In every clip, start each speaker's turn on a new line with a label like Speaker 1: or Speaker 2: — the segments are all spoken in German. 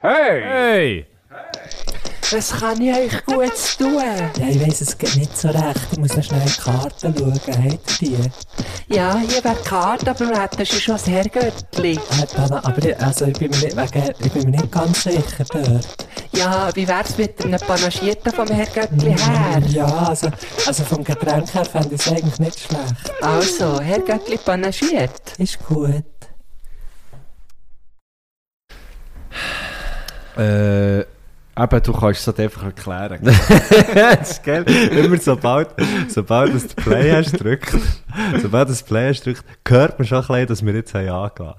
Speaker 1: Hey!
Speaker 2: Hey!
Speaker 3: Das kann ich euch gut tun.
Speaker 4: Ja, ich weiss, es geht nicht so recht. Ich muss noch schnell in die Karten schauen. Hat ihr die?
Speaker 3: Ja, hier wäre die Karte, aber das ist schon das Herrgöttli.
Speaker 4: Hat Dana, aber ich, also ich, bin mir nicht, wegen, ich bin mir nicht ganz sicher dort.
Speaker 3: Ja, wie wär's mit einem Panagierten vom Herrgöttli her?
Speaker 4: Ja, also, also vom Getränk her fände ich es eigentlich nicht schlecht.
Speaker 3: Also, Herrgöttli panagiert.
Speaker 4: Ist gut.
Speaker 1: Äh, eben, du kannst es halt einfach erklären. das ist geil. Immer sobald, sobald du das Play hast drückt, sobald du das Play hast drückt, hört man schon ein bisschen, dass wir jetzt haben angehen.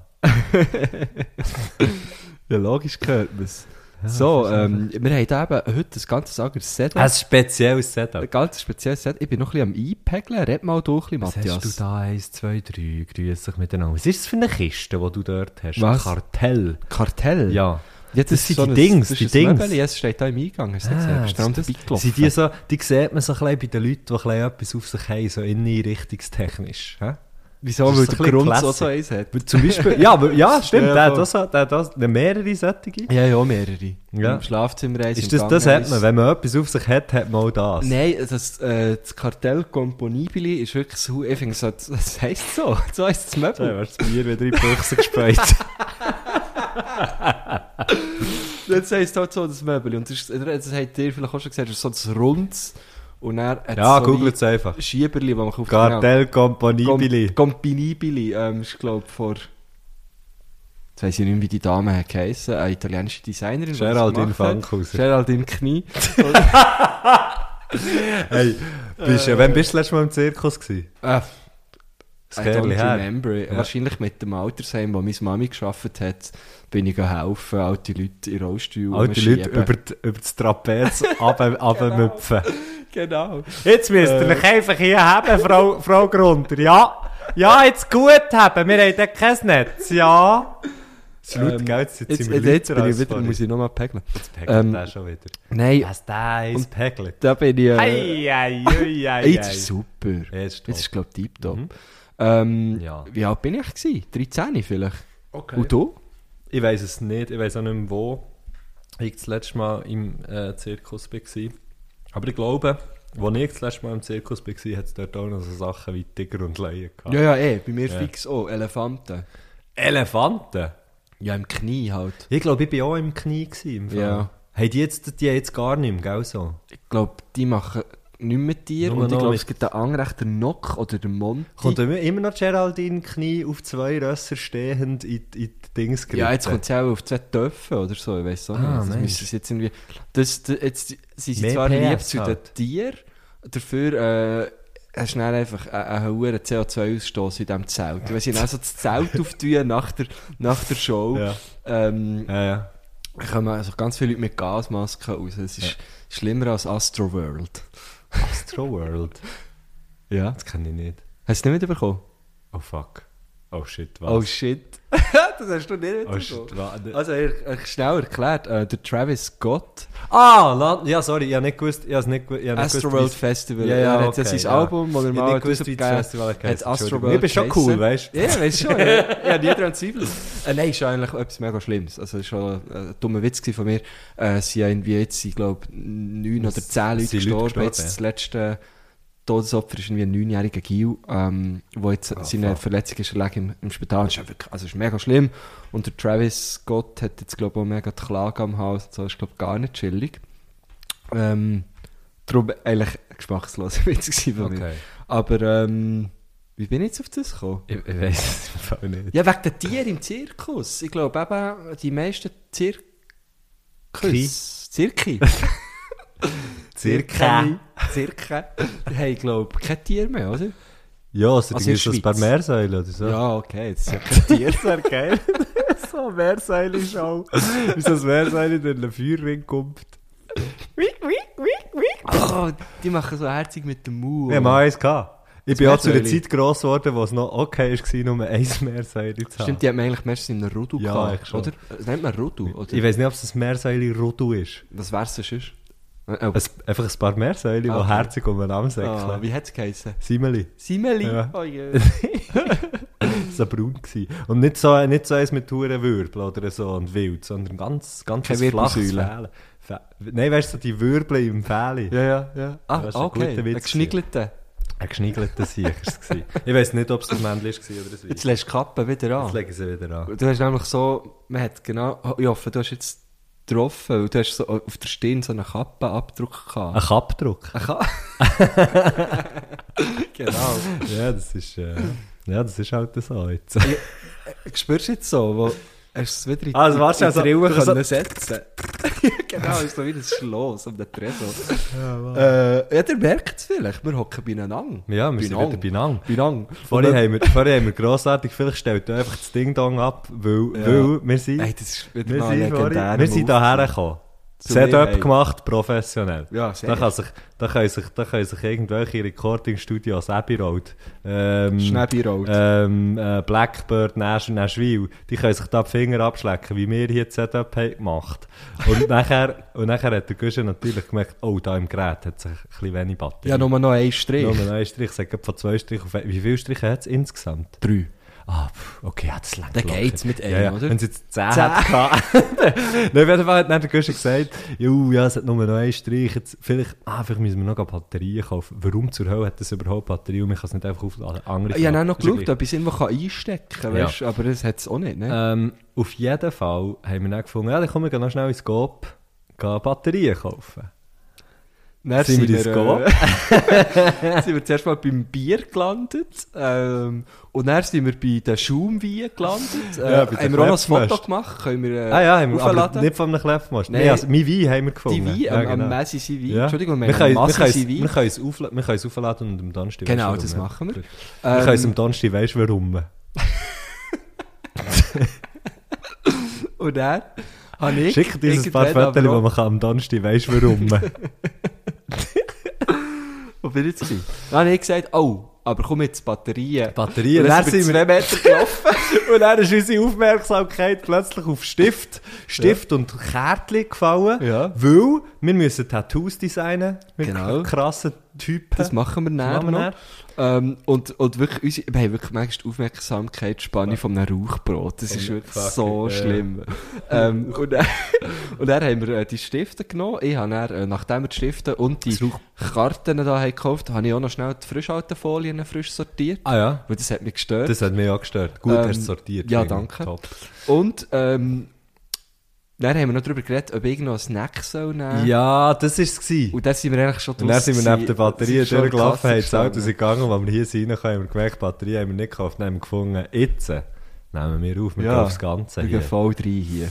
Speaker 1: ja, logisch hört man es.
Speaker 5: So, ähm, wir haben da eben heute ein ganz anderes Setup.
Speaker 1: Ein spezielles
Speaker 5: Ein
Speaker 1: Setup.
Speaker 5: ganz spezielles Setup. Ich bin noch ein bisschen am Einpegeln. Red mal durch, ein
Speaker 2: Was
Speaker 5: bisschen,
Speaker 2: hast du
Speaker 5: Matthias.
Speaker 2: da? Eins, zwei, drei. Grüß dich miteinander. Was ist das für eine Kiste, die du dort hast?
Speaker 5: Was?
Speaker 2: Ein Kartell.
Speaker 5: Kartell?
Speaker 1: Ah,
Speaker 2: Ja.
Speaker 5: Jetzt
Speaker 1: Das
Speaker 5: ist
Speaker 1: sind
Speaker 5: so
Speaker 1: die
Speaker 5: ein-
Speaker 1: Dings,
Speaker 5: das
Speaker 1: die
Speaker 5: ist ein
Speaker 1: Dings.
Speaker 5: Möbeli, Es steht da im Eingang, hast du nicht
Speaker 2: Ah,
Speaker 5: gesehen? Bist du am
Speaker 2: das-
Speaker 5: vorbeigelaufen?
Speaker 1: Sind die so, die sieht man so ein bisschen bei den Leuten, die ein bisschen etwas auf sich haben, so innenrichtungstechnisch. hä?
Speaker 5: Wieso?
Speaker 1: Das ist so
Speaker 5: Weil der
Speaker 1: ein bisschen
Speaker 5: Grund so,
Speaker 1: Classic.
Speaker 5: so eins hat.
Speaker 1: Weil Zum Beispiel, ja, aber- ja, stimmt,
Speaker 5: Ja,
Speaker 1: der hat
Speaker 5: voll.
Speaker 1: auch so- der hat auch mehrere solche.
Speaker 5: Ja, ja, mehrere.
Speaker 1: Ja.
Speaker 5: Im Schlafzimmer eins,
Speaker 1: Ist
Speaker 5: im
Speaker 1: das, das
Speaker 5: Gang
Speaker 1: hat man, wenn man etwas auf sich hat, hat man auch das.
Speaker 5: Nein, das, äh, das Kartell Componibili ist wirklich so, ich finde, so, das heisst so. So heisst das
Speaker 1: So,
Speaker 5: Möbel.
Speaker 1: hast du das Bier wieder in die Büchse gespeit.
Speaker 5: Jetzt heisst halt so das Möbel. Und das, ist- das habt ihr vielleicht auch schon gesagt, das ist so das Rundes. Und er hat
Speaker 1: ja,
Speaker 5: so
Speaker 1: googelt es einfach.
Speaker 5: wie Schieberli, die man kauft.
Speaker 1: Kartell
Speaker 5: Genau.
Speaker 1: Komponibili.
Speaker 5: Compinibili. Compinibili, ähm, ist, glaube ich, vor... Jetzt weiss ich nicht mehr, wie die Dame hat geheissen. Eine italienische Designerin. die das
Speaker 1: Geraldine
Speaker 5: gemacht hat.
Speaker 1: Fankhauser.
Speaker 5: Geraldine Knie.
Speaker 1: Hey, bist, äh, wann bist du letztes Mal im Zirkus gewesen?
Speaker 5: äh,
Speaker 1: Das
Speaker 5: I
Speaker 1: Kerli
Speaker 5: don't
Speaker 1: her.
Speaker 5: remember.
Speaker 1: Ja.
Speaker 5: Wahrscheinlich mit dem Altersheim, wo meine Mami gearbeitet hat, bin ich geholfen, alte Leute in Rollstuhl
Speaker 1: Alte Leute
Speaker 5: rumschieben.
Speaker 1: über, die- über das Trapez abmüpfen.
Speaker 5: Genau.
Speaker 1: Jetzt müsst ihr euch einfach hier haben, Frau, Frau Grunder. Ja, ja, jetzt gut haben. Wir haben dort kein Netz. Ja. Es ist laut,
Speaker 5: Ähm,
Speaker 1: gell? Jetzt, sind
Speaker 5: Jetzt,
Speaker 1: wir
Speaker 5: jetzt, jetzt
Speaker 1: lauter
Speaker 5: bin ich
Speaker 1: als
Speaker 5: wieder,
Speaker 1: vorhin.
Speaker 5: muss ich nochmal pegeln.
Speaker 1: Jetzt pegelt
Speaker 5: ähm,
Speaker 1: der schon wieder.
Speaker 5: Nein,
Speaker 1: Was der ist, pegelt.
Speaker 5: da bin ich... Äh,
Speaker 1: Ei, ei, ei, ei,
Speaker 5: jetzt ist super.
Speaker 1: Jetzt
Speaker 5: Jetzt ist, glaube ich, tiptop.
Speaker 1: Mhm.
Speaker 5: Ähm,
Speaker 1: Ja. Eh,
Speaker 5: Wie alt bin ich? Gewesen? 13 vielleicht. Und du?
Speaker 1: Ich weiß es nicht, ich weiß auch nicht mehr, wo ich das letzte Mal im äh, Zirkus war. Aber ich glaube, als ich das letzte Mal im Zirkus war, hat es dort auch noch so Sachen wie Tiger und Leien gehabt.
Speaker 5: Ja, ja, eh, bei mir
Speaker 1: ah. Ja.
Speaker 5: fix auch. Elefanten.
Speaker 1: Elefanten?
Speaker 5: Ja, im Knie halt.
Speaker 1: Ich glaube, ich war auch im Knie. Gewesen, im Fall.
Speaker 5: Ja.
Speaker 1: Hey, die jetzt, die haben jetzt gar nicht mehr, gell so?
Speaker 5: Ich glaube, die eh, machen nicht mehr Tier.
Speaker 1: Nur
Speaker 5: Und ich
Speaker 1: noch
Speaker 5: glaube,
Speaker 1: mit-
Speaker 5: es gibt den Anrecht, den Nock oder den Monty.
Speaker 1: Kommt immer immer noch Geraldine Knie auf zwei Rösser stehend in, die- in die Dings
Speaker 5: ja, jetzt kommt es auch auf zwei Töpfe oder so, ich weiß auch nicht.
Speaker 1: Ah,
Speaker 5: das
Speaker 1: Mensch.
Speaker 5: müssen sie jetzt irgendwie... Das, das, jetzt sind sie
Speaker 1: Mehr
Speaker 5: zwar lieb
Speaker 1: PS
Speaker 5: zu den
Speaker 1: halt.
Speaker 5: Tieren, dafür äh, hast du dann einfach einen- einen hohen CO2-Ausstoß in diesem Zelt. Wenn sie dann so das Zelt auftun nach der, nach der Show,
Speaker 1: Ja,
Speaker 5: ähm,
Speaker 1: ja. ja.
Speaker 5: kommen also ganz viele Leute mit Gasmasken raus. Es ist schlimmer als Astro World.
Speaker 1: Astro World.
Speaker 5: Ja.
Speaker 1: Das kenne ich nicht.
Speaker 5: Hast du nicht mitbekommen?
Speaker 1: Oh fuck. Oh shit, was?
Speaker 5: Oh shit. das hast du nicht
Speaker 1: Oh,
Speaker 5: mitbekommen.
Speaker 1: shit, was?
Speaker 5: also, ich, ich schnell erklärt, äh, der Travis Scott
Speaker 1: Ah, Land, ja, sorry, ich habe nicht gewusst, ich habe nicht gewusst, ich habe nicht
Speaker 5: Astroworld
Speaker 1: gewusst,
Speaker 5: Festival.
Speaker 1: Ja,
Speaker 5: Ja,
Speaker 1: ja,
Speaker 5: er hat ja
Speaker 1: okay,
Speaker 5: sein
Speaker 1: ja.
Speaker 5: Album, das
Speaker 1: wie-
Speaker 5: er
Speaker 1: ich habe
Speaker 5: mal
Speaker 1: nicht gewusst, wie das
Speaker 5: rausgegeben
Speaker 1: Festival
Speaker 5: hat.
Speaker 1: heisst.
Speaker 5: Astroworld.
Speaker 1: Ich bin schon cool, weißt
Speaker 5: du? Ja, weißt du schon. Ja, ja nie daran zweifelt. Äh, nein, ist ja eigentlich etwas mega Schlimmes. Also, es ist schon äh, ein dummer Witz gewesen von mir. Äh, es sind ja irgendwie jetzt, ich glaube, neun oder zehn Leute
Speaker 1: sind Leute
Speaker 5: gestorben.
Speaker 1: gestorben,
Speaker 5: jetzt
Speaker 1: ja.
Speaker 5: das letzte Todesopfer ist irgendwie ein neunjähriger Gil, ähm, wo jetzt
Speaker 1: Ah,
Speaker 5: seine
Speaker 1: fuck.
Speaker 5: Verletzung ist erlegen im, im Spital. Das ist ja wirklich, also, es ist mega schlimm. Und der Travis Scott hat jetzt, glaube ich, auch mega die Klage am Hals. und So ist, glaube ich, gar nicht chillig. Ähm, darum eigentlich geschmackslos Witz gewesen von mir.
Speaker 1: Okay.
Speaker 5: Aber ähm, wie bin ich jetzt auf das gekommen?
Speaker 1: Ich, ich weiß es im Fall nicht.
Speaker 5: Ja, wegen den Tieren im Zirkus. Ich glaube eben, die meisten
Speaker 1: Ki.
Speaker 5: Zirkus... Zirki.
Speaker 1: Zirka.
Speaker 5: Zirke. Hey, ich glaube, kein Tier mehr, oder?
Speaker 1: Ja, also,
Speaker 5: Also
Speaker 1: also
Speaker 5: in
Speaker 1: ist das
Speaker 5: Schweiz.
Speaker 1: bei Meersäulen oder so.
Speaker 5: Ja, okay, jetzt ist ja kein Tier.
Speaker 1: das wäre geil. so Meersäule-Show. Ist das Meersäule, der in den Feuerring kommt?
Speaker 5: Oh, die machen so herzig mit dem Mund.
Speaker 1: Wir haben auch eins gehabt. Ich bin auch zu einer
Speaker 5: Meersäule.
Speaker 1: Zeit gross geworden, wo es noch okay war, nur eins Meersäule zu haben.
Speaker 5: Stimmt, die haben eigentlich meistens in einem Rudu
Speaker 1: Ja,
Speaker 5: gehabt,
Speaker 1: eigentlich schon.
Speaker 5: oder? Das nennt man Rudu, oder?
Speaker 1: Ich weiß nicht, ob es ein Meersäule-Rodu ist.
Speaker 5: Was wär's denn sonst? Äh, oh.
Speaker 1: Es, einfach ein paar Meersäule, die
Speaker 5: Ah, Okay.
Speaker 1: herzig um den Namen säckeln.
Speaker 5: Ah, wie hat's geheissen?
Speaker 1: Simeli.
Speaker 5: Simeli.
Speaker 1: Ja.
Speaker 5: Oh, je.
Speaker 1: so braun gewesen. Und nicht so, nicht so eins mit Hurenwirbel oder so und Wild, sondern ganz, ganz
Speaker 5: Keine
Speaker 1: ein flaches Fähle.
Speaker 5: Wirbelsäule.
Speaker 1: Fä Nein, weißt du, so die Wirbel im Fähle.
Speaker 5: Ja, ja, ja. Ah,
Speaker 1: Das ist ein
Speaker 5: okay.
Speaker 1: guter
Speaker 5: Ein
Speaker 1: Witz.
Speaker 5: geschniegelter.
Speaker 1: Ein geschniegelter Siecher war Ich weiss nicht, ob es ein Männchen war oder ein
Speaker 5: Jetzt
Speaker 1: Weibchen.
Speaker 5: lässt du die Kappe wieder
Speaker 1: Jetzt
Speaker 5: an.
Speaker 1: legen sie wieder an.
Speaker 5: Du hast nämlich so, man hat genau, oh, ich hoffe, du hast jetzt getroffen, weil du hast so auf der Stirn so einen Kappenabdruck gehabt.
Speaker 1: Ein Kappdruck.
Speaker 5: Ein Ka genau.
Speaker 1: Ja, das ist, äh, ja, das ist halt so jetzt.
Speaker 5: Spürst du jetzt so, wo hast du es wieder in
Speaker 1: Also, warte,
Speaker 5: in die
Speaker 1: also-
Speaker 5: Rille
Speaker 1: also-
Speaker 5: können setzen Genau, ist so wie ein Schloss um den Tresor. Ja, äh, ja ihr merkt es vielleicht, wir hocken beieinander.
Speaker 1: Ja, wir sind wieder beieinander.
Speaker 5: Beieinander.
Speaker 1: Vorher
Speaker 5: Und-
Speaker 1: haben, wir, vorher haben wir grossartig, vielleicht stellt ihr einfach das Ding-Dong ab, weil,
Speaker 5: Ja.
Speaker 1: weil wir sind,
Speaker 5: Ey, das ist wieder
Speaker 1: wir
Speaker 5: mal ein
Speaker 1: sind, vorher,
Speaker 5: legendärer
Speaker 1: wir sind
Speaker 5: Move.
Speaker 1: hierher gekommen.
Speaker 5: Zu
Speaker 1: Setup
Speaker 5: mir, ey.
Speaker 1: gemacht, professionell.
Speaker 5: Ja,
Speaker 1: da,
Speaker 5: sehr.
Speaker 1: kann sich, da, können sich, da können sich irgendwelche Recording-Studios, Abbey Road, ähm,
Speaker 5: Schnäbi rollt.
Speaker 1: ähm, äh, Blackbird, Nash, Nashville, die können sich da die Finger abschlecken, wie wir hier das Setup haben gemacht Und nachher, und nachher hat der Guschen natürlich gemerkt, oh, da im Gerät hat sich ein bisschen wenig Batterie.
Speaker 5: ja, nur noch ein Strich.
Speaker 1: Nur noch ein Strich, sag grad von zwei Strichen auf ein- Wie viele Striche hat es insgesamt?
Speaker 5: drei.
Speaker 1: Ah, pff, okay, ja, das langt
Speaker 5: Dann
Speaker 1: locker.
Speaker 5: geht's mit einem,
Speaker 1: ja, ja.
Speaker 5: oder?
Speaker 1: Wenn es jetzt zehn hat. Nein, auf jeden Fall hat dann der Guschen gesagt, «Ju, ja, es hat nur noch einen Strich, jetzt vielleicht, ah, vielleicht müssen wir noch Batterien kaufen. Warum zur Hölle hat das überhaupt Batterien und man kann es nicht einfach auf andere Dus
Speaker 5: Ich habe auch
Speaker 1: Klappe-
Speaker 5: noch geschaut, ob ich es irgendwo einstecken kann,
Speaker 1: Ja.
Speaker 5: weißt, aber das hat es auch nicht. Ne?
Speaker 1: Ähm, auf jeden Fall haben wir dann gefunden, ja, dann kommen wir gehen noch schnell ins Coop, gehen Batterien kaufen.
Speaker 5: Dann
Speaker 1: sind wir ins Coop.
Speaker 5: äh, sind wir zuerst mal beim Bier gelandet ähm, und dann sind wir bei den Schaumwein gelandet. Äh,
Speaker 1: Ja, bei den
Speaker 5: haben wir auch noch ein Foto
Speaker 1: Klebfest.
Speaker 5: gemacht, können wir äh,
Speaker 1: Ah ja, haben wir, aber
Speaker 5: hochladen.
Speaker 1: nicht von einem Kleffmast. Nein,
Speaker 5: Nein.
Speaker 1: also, mein Wein haben wir gefunden.
Speaker 5: die Wein,
Speaker 1: ja,
Speaker 5: am, am
Speaker 1: genau.
Speaker 5: Messi sind Wein.
Speaker 1: Ja.
Speaker 5: Entschuldigung, wir,
Speaker 1: wir können,
Speaker 5: haben
Speaker 1: wir,
Speaker 5: Massi
Speaker 1: können,
Speaker 5: sind
Speaker 1: wir,
Speaker 5: Wein.
Speaker 1: können es aufla- wir können es aufladen und am Donnerstag
Speaker 5: Genau,
Speaker 1: weisst du
Speaker 5: das
Speaker 1: warum,
Speaker 5: machen wir.
Speaker 1: Wir
Speaker 5: Ähm,
Speaker 1: können es am Donnerstag, weißt du warum?
Speaker 5: Und dann habe ich...
Speaker 1: Schickt uns ein paar
Speaker 5: irgendwann
Speaker 1: Fotos,
Speaker 5: aber
Speaker 1: wo
Speaker 5: auch-
Speaker 1: man kann am Donnerstag, weißt du warum?
Speaker 5: Wo bin ich jetzt? gewesen? Dann habe ich gesagt, oh, aber komm jetzt Batterien.
Speaker 1: Batterien,
Speaker 5: Und
Speaker 1: das
Speaker 5: dann
Speaker 1: ist
Speaker 5: sind wir zwei Meter gelaufen.
Speaker 1: und dann ist unsere Aufmerksamkeit plötzlich auf Stift, Stift und Kärtchen gefallen,
Speaker 5: Ja.
Speaker 1: weil wir müssen Tattoos designen mit
Speaker 5: Genau.
Speaker 1: krassen Typen.
Speaker 5: Das machen wir
Speaker 1: Das
Speaker 5: näher
Speaker 1: machen wir
Speaker 5: noch. Ähm, und, und wirklich, unsere, wir haben wirklich manchmal die Aufmerksamkeitsspanne von einem Rauchbrot. Das ist wirklich
Speaker 1: fuck,
Speaker 5: so
Speaker 1: ja, ja.
Speaker 5: schlimm. Ähm, und, dann, und dann haben wir äh, die Stifte genommen. Ich habe dann, äh, nachdem wir die Stifte und die
Speaker 1: Das Rauch-
Speaker 5: Karten da haben gekauft habe ich auch noch schnell die Frischhaltefolien frisch sortiert.
Speaker 1: Ah ja,
Speaker 5: Weil das hat mich gestört.
Speaker 1: das hat mich auch gestört. Gut,
Speaker 5: Ähm,
Speaker 1: hast du sortiert.
Speaker 5: ja,
Speaker 1: finde ich.
Speaker 5: danke.
Speaker 1: Top.
Speaker 5: Und ähm, dann haben wir noch darüber geredet, ob ich noch einen Snack soll nehmen
Speaker 1: Ja, das war es.
Speaker 5: Und dann sind wir eigentlich schon
Speaker 1: Und dann sind wir
Speaker 5: draussen
Speaker 1: neben der Batterie
Speaker 5: gewesen. Sind schon
Speaker 1: durchgelaufen,
Speaker 5: in
Speaker 1: haben
Speaker 5: die
Speaker 1: das
Speaker 5: Kasse
Speaker 1: Auto sind gegangen, und als wir hier sind, haben wir gemerkt, die Batterie haben wir nicht gekauft, dann haben wir gefunden, jetzt nehmen wir auf, wir
Speaker 5: Ja.
Speaker 1: gehen aufs Ganze
Speaker 5: Wir gehen
Speaker 1: hier.
Speaker 5: voll rein hier.